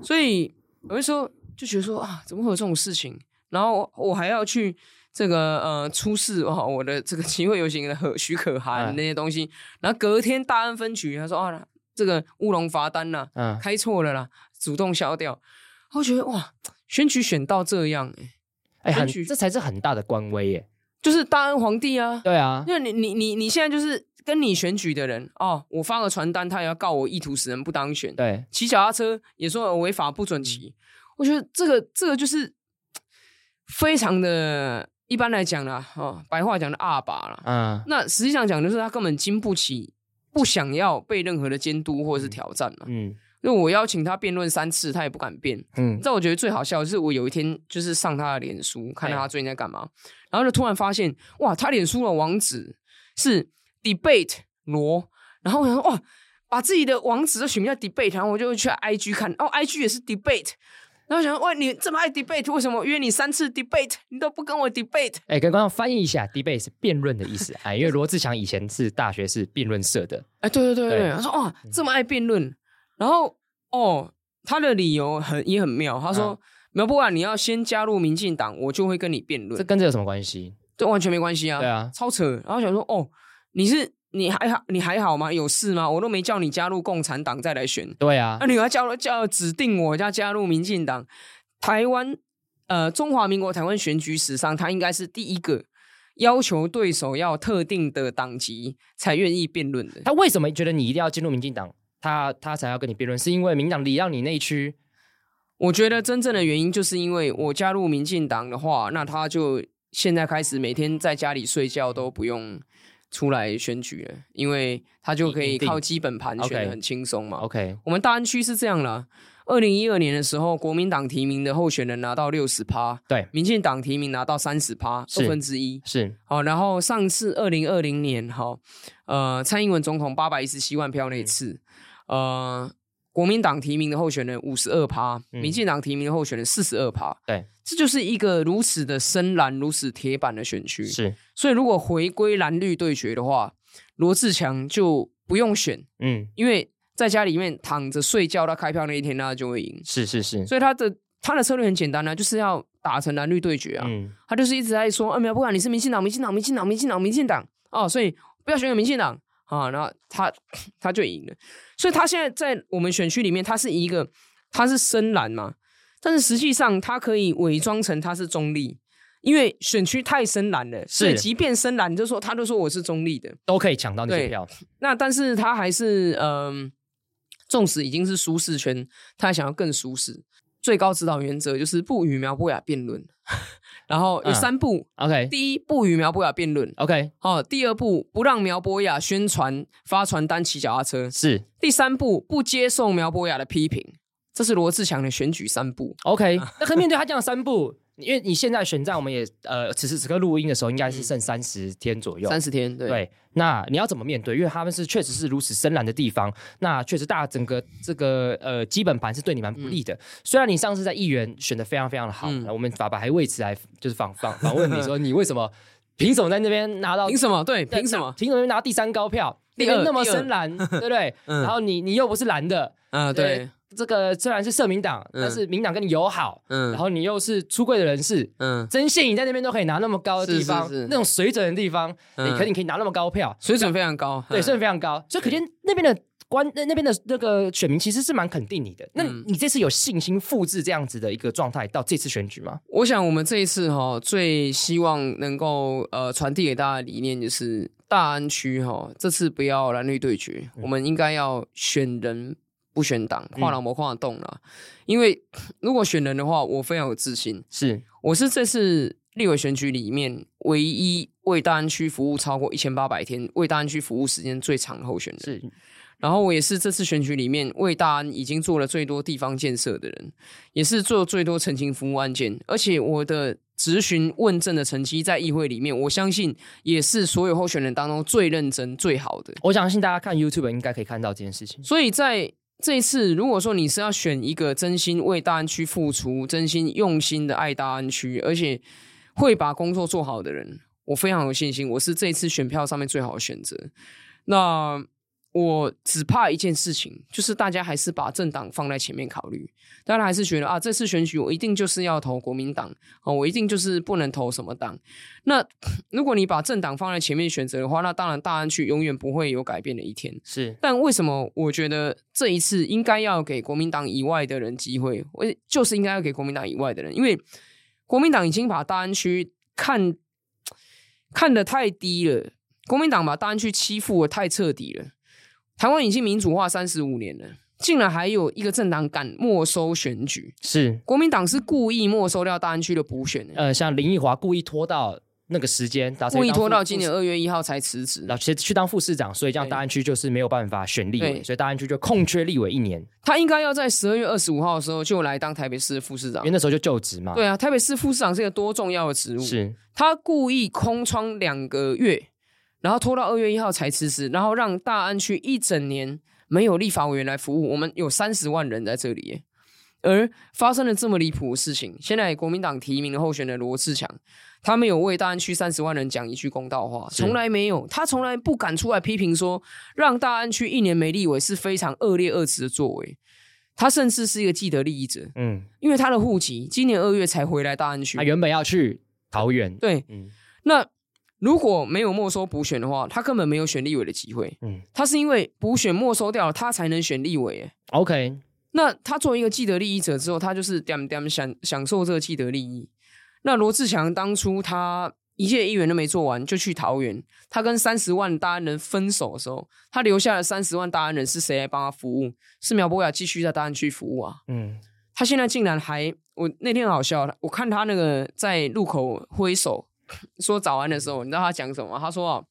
Speaker 2: 所以有的时候就觉得说啊，怎么会有这种事情？然后我还要去这个呃出示哦我的这个集会游行的和许可函
Speaker 1: 嗯
Speaker 2: 那些东西，然后隔天大安分局他说啊这个乌龙罚单呐、
Speaker 1: 嗯，
Speaker 2: 开错了啦，主动消掉。我觉得哇，选举选到这样、欸，
Speaker 1: 哎，很
Speaker 2: 选举
Speaker 1: 这才是很大的官威耶，
Speaker 2: 就是大安皇帝啊，
Speaker 1: 对啊，
Speaker 2: 因为你你你你现在就是跟你选举的人哦，我发个传单，他也要告我意图使人不当选，
Speaker 1: 对，
Speaker 2: 骑脚踏车也说我违法不准骑，
Speaker 1: 嗯
Speaker 2: 我觉得这个这个就是非常的，一般来讲啦，哦，白话讲的阿爸啦。
Speaker 1: 嗯，
Speaker 2: 那实际上讲就是他根本经不起，不想要被任何的监督或者是挑战了。
Speaker 1: 嗯
Speaker 2: 因为我邀请他辩论三次，他也不敢辩。你
Speaker 1: 嗯
Speaker 2: 知，道我觉得最好笑的是，我有一天就是上他的脸书，看到他最近在干嘛，然后就突然发现，哇，他脸书的网址是 debate 罗，然后我想说，哇，把自己的网址都取名叫 debate，然后我就去 IG 看，哦，IG 也是 debate，然后想说，哇，你这么爱 debate，为什么约你三次 debate，你都不跟我 debate？
Speaker 1: 哎，跟观众翻译一下，debate 是辩论的意思，哎，因为罗志祥以前是大学是辩论社的，
Speaker 2: 哎，对对对对，
Speaker 1: 对
Speaker 2: 对他说哇，这么爱辩论，然后哦，他的理由很也很妙，他说。苗博啊雅，你要先加入民进党，我就会跟你辩论。
Speaker 1: 这跟这有什么关系？
Speaker 2: 这完全没关系啊，
Speaker 1: 对啊
Speaker 2: 超扯。然后想说，哦，你是你还好，你还好吗？有事吗？我都没叫你加入共产党再来选，
Speaker 1: 对啊
Speaker 2: 啊，，你要叫叫指定我要加入民进党，台湾呃中华民国台湾选举史上，他应该是第一个要求对手要特定的党籍才愿意辩论的。
Speaker 1: 他为什么觉得你一定要进入民进党，他他才要跟你辩论？是因为民进党礼让你内区，
Speaker 2: 我觉得真正的原因就是因为我加入民进党的话，那他就现在开始每天在家里睡觉都不用出来选举了，因为他就可
Speaker 1: 一
Speaker 2: 以
Speaker 1: 定
Speaker 2: 靠基本盘
Speaker 1: OK
Speaker 2: 选的很轻松嘛。
Speaker 1: OK，
Speaker 2: 我们大安区是这样啦，二零一二年的时候，国民党提名的候选人拿到六十趴，
Speaker 1: 对，
Speaker 2: 民进党提名拿到三十趴，
Speaker 1: 是
Speaker 2: 二分之一。
Speaker 1: 是
Speaker 2: 好，然后上次二零二零年，哈，呃，蔡英文总统八百一十七万
Speaker 1: 嗯
Speaker 2: 票那一次，呃，国民党提名的候选人五十二趴，
Speaker 1: 嗯
Speaker 2: 民进党提名的候选人四十二趴，
Speaker 1: 对，
Speaker 2: 这就是一个如此的深蓝、如此铁板的选区。
Speaker 1: 是，
Speaker 2: 所以如果回归蓝绿对决的话，罗志强就不用选，
Speaker 1: 嗯，
Speaker 2: 因为在家里面躺着睡觉到开票那一天，他就会赢。
Speaker 1: 是是是，
Speaker 2: 所以他的他的策略很简单啊，就是要打成蓝绿对决啊。
Speaker 1: 嗯，
Speaker 2: 他就是一直在说，啊，没有，不管你是民进党、民进党、民进党、民进党、民进党哦，所以不要选给民进党啊。然后他他就赢了，所以他现在在我们选区里面，他是一个他是深蓝嘛，但是实际上他可以伪装成他是中立，因为选区太深蓝了，所以即便深蓝，就说他就说我是中立的，
Speaker 1: 都可以抢到那些
Speaker 2: 对
Speaker 1: 票，
Speaker 2: 那但是他还是嗯、纵使已经是舒适圈，他还想要更舒适。最高指导原则就是不与苗博雅辩论， 然后有
Speaker 1: 嗯
Speaker 2: 三步。
Speaker 1: OK
Speaker 2: 第一，不与苗博雅辩论；
Speaker 1: OK
Speaker 2: 哦，第二步，不让苗博雅宣传发传单、骑脚踏车；
Speaker 1: 是
Speaker 2: 第三步，不接受苗博雅的批评。这是罗志强的选举三步。
Speaker 1: OK，那可面对他这样的三步，因为你现在选战，我们也呃，此时此刻录音的时候，应该是剩三十天左右，
Speaker 2: 三十天，对，
Speaker 1: 对，那你要怎么面对？因为他们是确实是如此深蓝的地方，那确实大家整个这个呃基本盘是对你蛮不利的。虽然你上次在议员选的非常非常的好，
Speaker 2: 嗯
Speaker 1: 我们法白还为此来就是访访访问你说你为什么凭什么在那边拿到
Speaker 2: 凭什么？对，凭什么？
Speaker 1: 凭什么拿第三高票？
Speaker 2: 第
Speaker 1: 那边
Speaker 2: 二
Speaker 1: 那么
Speaker 2: 第二
Speaker 1: 深蓝，对不对？
Speaker 2: 嗯
Speaker 1: 然后你你又不是蓝的，
Speaker 2: 啊，对，，
Speaker 1: 这个虽然是社民党，
Speaker 2: 嗯
Speaker 1: 但是民党跟你友好，
Speaker 2: 嗯
Speaker 1: 然后你又是出柜的人士，
Speaker 2: 嗯，
Speaker 1: 曾宪颖在那边都可以拿那么高的地
Speaker 2: 是是
Speaker 1: 方，
Speaker 2: 是
Speaker 1: 那种水准的地方，你
Speaker 2: 嗯
Speaker 1: 可你可以拿那么高票，
Speaker 2: 水准非常高，
Speaker 1: 对，
Speaker 2: 嗯
Speaker 1: 水准非常高，所以可见那边的官那那边的那个选民其实是蛮肯定你的。那
Speaker 2: 嗯
Speaker 1: 你这次有信心复制这样子的一个状态到这次选举吗？
Speaker 2: 我想我们这一次哈、最希望能够呃传递给大家的理念就是，大安区哈、这次不要蓝绿对决，我们应该要选人不选党，跨党不跨动啦。因为如果选人的话，我非常有自信，
Speaker 1: 是
Speaker 2: 我是这次立委选举里面唯一为大安区服务超过一千八百天，为大安区服务时间最长的候选人。
Speaker 1: 是，
Speaker 2: 然后我也是这次选举里面为大安已经做了最多地方建设的人，也是做最多澄清服务案件，而且我的质询问政的成绩在议会里面，我相信也是所有候选人当中最认真、最好的。
Speaker 1: 我相信大家看 YouTube 应该可以看到这件事情。
Speaker 2: 所以在这一次，如果说你是要选一个真心为大安区付出、真心用心的爱大安区，而且会把工作做好的人，我非常有信心，我是这一次选票上面最好的选择。那我只怕一件事情，就是大家还是把政党放在前面考虑，大家还是觉得啊，这次选举我一定就是要投国民党啊，我一定就是不能投什么党。那如果你把政党放在前面选择的话，那当然大安区永远不会有改变的一天。
Speaker 1: 是
Speaker 2: 但为什么我觉得这一次应该要给国民党以外的人机会？我就是应该要给国民党以外的人，因为国民党已经把大安区看看得太低了，国民党把大安区欺负的太彻底了。台湾已经民主化三十五年了，竟然还有一个政党敢没收选举，
Speaker 1: 是，
Speaker 2: 国民党是故意没收掉大安区的补选的、
Speaker 1: 呃，像林奕华故意拖到那个时间，然后才
Speaker 2: 故意
Speaker 1: 当副
Speaker 2: 拖到今年，二月一号才辞职
Speaker 1: 然。后去去当副市长，所以这样
Speaker 2: 对
Speaker 1: 大安区就是没有办法选立委，
Speaker 2: 对
Speaker 1: 所以大安区就空缺立委一年，
Speaker 2: 他应该要在十二月二十五号的时候就来当台北市的副市长
Speaker 1: 因为。那时候就就职嘛。
Speaker 2: 对啊，台北市副市长是一个多重要的职务，
Speaker 1: 是
Speaker 2: 他故意空窗两个月，然后拖到二月一号才辞职，然后让大安区一整年没有立法委员来服务，我们有三十万人在这里耶。而发生了这么离谱的事情，现在国民党提名的候选人罗志强，他没有为大安区三十万人讲一句公道话，
Speaker 1: 是
Speaker 2: 从来没有，他从来不敢出来批评说让大安区一年没立委是非常恶劣恶质的作为，他甚至是一个既得利益者，
Speaker 1: 嗯，
Speaker 2: 因为他的户籍今年二月才回来大安区
Speaker 1: 他，原本要去桃园，
Speaker 2: 对，
Speaker 1: 啊嗯
Speaker 2: 那如果没有没收补选的话，他根本没有选立委的机会。
Speaker 1: 嗯
Speaker 2: 他是因为补选没收掉了，他才能选立委耶。
Speaker 1: ，OK，
Speaker 2: 那他作为一个既得利益者之后，他就是点点享享受这个既得利益。那罗志祥当初他一届议员都没做完，就去桃园，他跟三十万大安人分手的时候，他留下了三十万大安人是谁来帮他服务？是苗博雅继续在大安区服务啊。
Speaker 1: 嗯
Speaker 2: 他现在竟然还，我那天很好笑，我看他那个在路口挥手说早安的时候，你知道他讲什么吗？他说、啊：“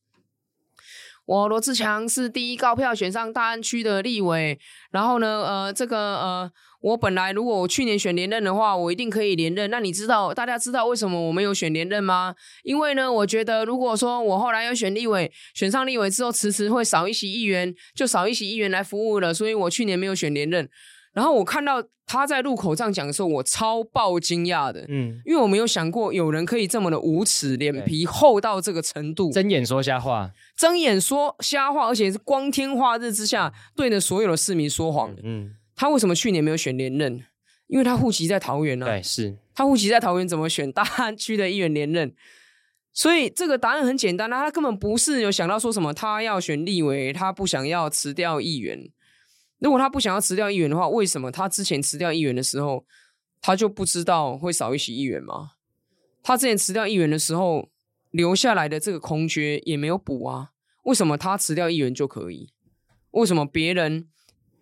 Speaker 2: 我罗志强是第一高票选上大安区的立委，然后呢，呃，这个呃，我本来如果我去年选连任的话，我一定可以连任。那你知道大家知道为什么我没有选连任吗？因为呢，我觉得如果说我后来要选立委，选上立委之后，迟迟会少一席议员，就少一席议员来服务了，所以我去年没有选连任。”然后我看到他在路口这样讲的时候，我超爆惊讶的，
Speaker 1: 嗯，
Speaker 2: 因为我没有想过有人可以这么的无耻，脸皮厚到这个程度，
Speaker 1: 睁眼说瞎话，
Speaker 2: 睁眼说瞎话，而且是光天化日之下对着所有的市民说谎。
Speaker 1: 嗯，
Speaker 2: 他为什么去年没有选连任？因为他户籍在桃园啊，
Speaker 1: 对，是，
Speaker 2: 他户籍在桃园，怎么选大 安区的议员连任？所以这个答案很简单啊，他根本不是有想到说什么他要选立委，他不想要辞掉议员。如果他不想要辞掉议员的话，为什么他之前辞掉议员的时候，他就不知道会少一席议员吗？他之前辞掉议员的时候，留下来的这个空缺也没有补啊。为什么他辞掉议员就可以？为什么别人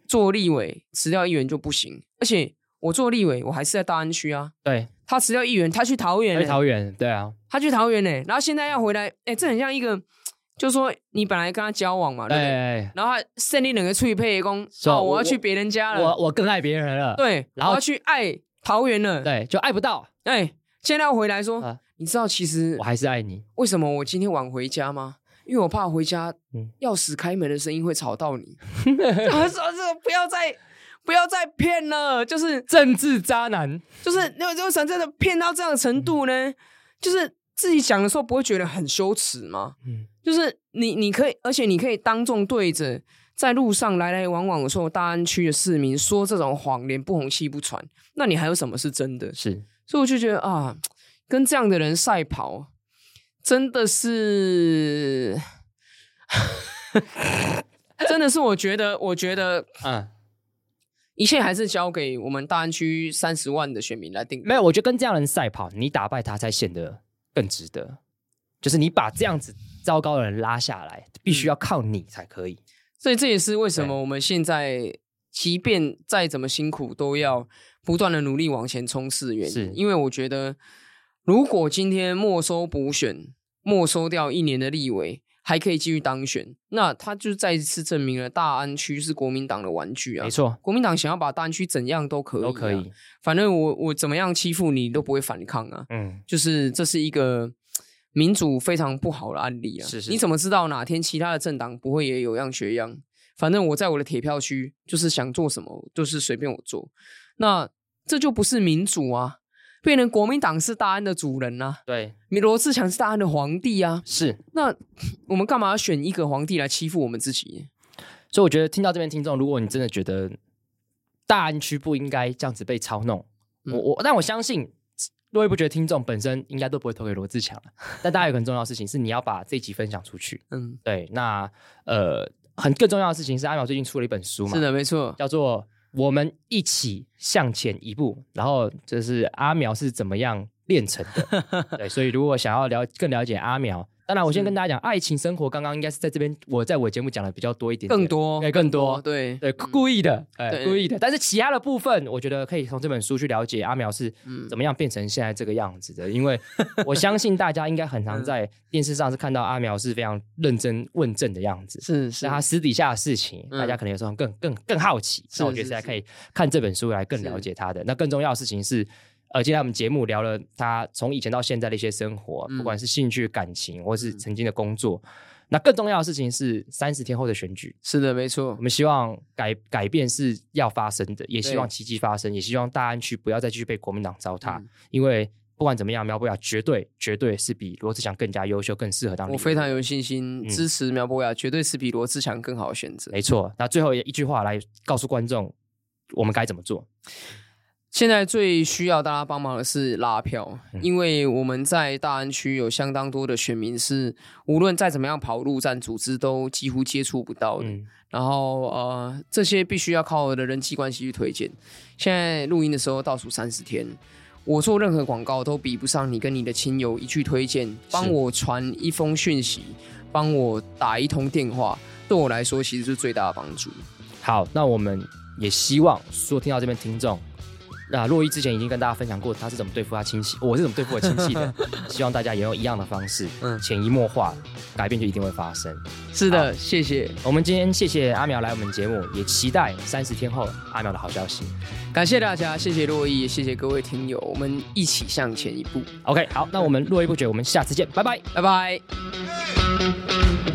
Speaker 2: 做立委辞掉议员就不行？而且我做立委，我还是在大安区啊。
Speaker 1: 对，
Speaker 2: 他辞掉议员，他去桃园、
Speaker 1: 在
Speaker 2: 欸，
Speaker 1: 桃园，对啊，
Speaker 2: 他去桃园呢、然后现在要回来，哎、这很像一个，就说你本来跟他交往嘛，对不对？
Speaker 1: 哎，
Speaker 2: 然后他胜利两个脆配功，
Speaker 1: 是啊
Speaker 2: 哦，我
Speaker 1: 我
Speaker 2: 要去别人家了，
Speaker 1: 我我更爱别人了，
Speaker 2: 对，
Speaker 1: 然后
Speaker 2: 我要去爱桃园了，
Speaker 1: 对，就爱不到，
Speaker 2: 哎、现在要回来说，
Speaker 1: 啊
Speaker 2: 你知道其实
Speaker 1: 我还是爱你，
Speaker 2: 为什么我今天晚回家吗？因为我怕回家
Speaker 1: 嗯
Speaker 2: 钥匙开门的声音会吵到 你。他说：“这个不要再不要再骗了，就是
Speaker 1: 政治渣男，
Speaker 2: 就是那为什么真的骗到这样的程度呢？就是自己讲的时候不会觉得很羞耻吗？
Speaker 1: 嗯
Speaker 2: 就是你你可以，而且你可以当众对着在路上来来往往的时候，大安区的市民说这种谎，脸不红气不喘，那你还有什么是真的？
Speaker 1: 是，
Speaker 2: 所以我就觉得啊，跟这样的人赛跑，真的是， 真的是，我觉得，我觉得
Speaker 1: 嗯，
Speaker 2: 一切还是交给我们大安区三十万的选民来定夺。
Speaker 1: 没有，我觉得跟这样的人赛跑，你打败他才显得更值得，就是你把这样子糟糕的人拉下来，必须要靠你才可以，
Speaker 2: 所以这也是为什么
Speaker 1: 对
Speaker 2: 我们现在即便再怎么辛苦，都要不断的努力往前冲刺的原
Speaker 1: 是
Speaker 2: 因。因为我觉得，如果今天没收补选，没收掉一年的立委，还可以继续当选，那他就再一次证明了大安区是国民党的玩具啊
Speaker 1: 没！错，
Speaker 2: 国民党想要把大安区怎样都可以、啊
Speaker 1: 都可以，，
Speaker 2: 反正我我怎么样欺负你都不会反抗啊！
Speaker 1: 嗯，
Speaker 2: 就是这是一个民主非常不好的案例啊。
Speaker 1: 是是
Speaker 2: 你怎么知道哪天其他的政党不会也有样学样？反正我在我的铁票区，就是想做什么，就是随便我做。那这就不是民主啊！变成国民党是大安的主人啊，
Speaker 1: 对，
Speaker 2: 你罗志祥是大安的皇帝啊。
Speaker 1: 是，
Speaker 2: 那我们干嘛要选一个皇帝来欺负我们自己？
Speaker 1: 所以我觉得听到这边听众，如果你真的觉得大安区不应该这样子被操弄，
Speaker 2: 嗯
Speaker 1: 我我但我相信。络绎不觉得听众本身应该都不会投给罗志强了，但大家有个很重要的事情是，你要把这集分享出去。
Speaker 2: 嗯，
Speaker 1: 对，那呃，很更重要的事情是，阿淼最近出了一本书嘛，
Speaker 2: 是的，没错。
Speaker 1: 叫做《我们一起向前一步》，然后这是阿苗是怎么样练成的。对，所以如果想要了更了解阿苗，当然我先
Speaker 2: 是
Speaker 1: 跟大家讲，爱情生活刚刚应该是在这边我在我节目讲的比较多一点点
Speaker 2: 更多，哦
Speaker 1: 对哎更多
Speaker 2: 对，
Speaker 1: 对，故意的，哎，
Speaker 2: 对
Speaker 1: 故意的。但是其他的部分，我觉得可以从这本书去了解阿苗是
Speaker 2: 嗯
Speaker 1: 怎么样变成现在这个样子的。因为我相信大家应该很常
Speaker 2: 嗯
Speaker 1: 在电视上是看到阿苗是非常认真问政的样子，
Speaker 2: 是是啊
Speaker 1: 那他私底下的事情，
Speaker 2: 嗯
Speaker 1: 大家可能有时候更更更好奇。
Speaker 2: 是
Speaker 1: 那我觉得
Speaker 2: 是
Speaker 1: 现在
Speaker 2: 是
Speaker 1: 可以看这本书来更
Speaker 2: 是
Speaker 1: 了解他的。那更重要的事情是。呃，今天我们节目聊了他从以前到现在的一些生活，
Speaker 2: 嗯
Speaker 1: 不管是兴趣、感情，或是曾经的工作。那更重要的事情是三十天后的选举，
Speaker 2: 是的，没错
Speaker 1: 我。们希望改改变是要发生的，也希望
Speaker 2: 对
Speaker 1: 奇迹发生，也希望大安区不要再继续被国民党糟蹋，
Speaker 2: 嗯
Speaker 1: 因为不管怎么样，苗博雅绝对绝对是比罗志祥更加优秀，更适合当。
Speaker 2: 我非常有信心
Speaker 1: 嗯哎
Speaker 2: 支持苗博雅，绝对是比罗志祥更好的选择。
Speaker 1: 没错。那最后一句话来告诉观众，我们该怎么做？
Speaker 2: 现在最需要大家帮忙的是拉票，因为我们在大安区有相当多的选民是无论再怎么样跑陆战组织都几乎接触不到的。
Speaker 1: 嗯，
Speaker 2: 然后呃，这些必须要靠我的人际关系去推荐。现在录音的时候倒数三十天，我做任何广告都比不上你跟你的亲友一句推荐，帮我传一封讯息，帮我打一通电话，对我来说其实是最大的帮助。
Speaker 1: 好，那我们也希望所有听到这边听众，那洛伊之前已经跟大家分享过他是怎么对付他亲戚，我是怎么对付我亲戚的， 希望大家也用一样的方式，
Speaker 2: 嗯
Speaker 1: 潜移默化，改变就一定会发生。
Speaker 2: 是的，谢谢，
Speaker 1: 我们今天谢谢阿苗来我们节目，也期待三十天后阿苗的好消息。
Speaker 2: 感谢大家，谢谢洛毅，也谢谢各位听友，我们一起向前一步，
Speaker 1: OK，好，那我们络绎不绝，我们下次见，拜拜。
Speaker 2: 拜拜。
Speaker 4: Hey!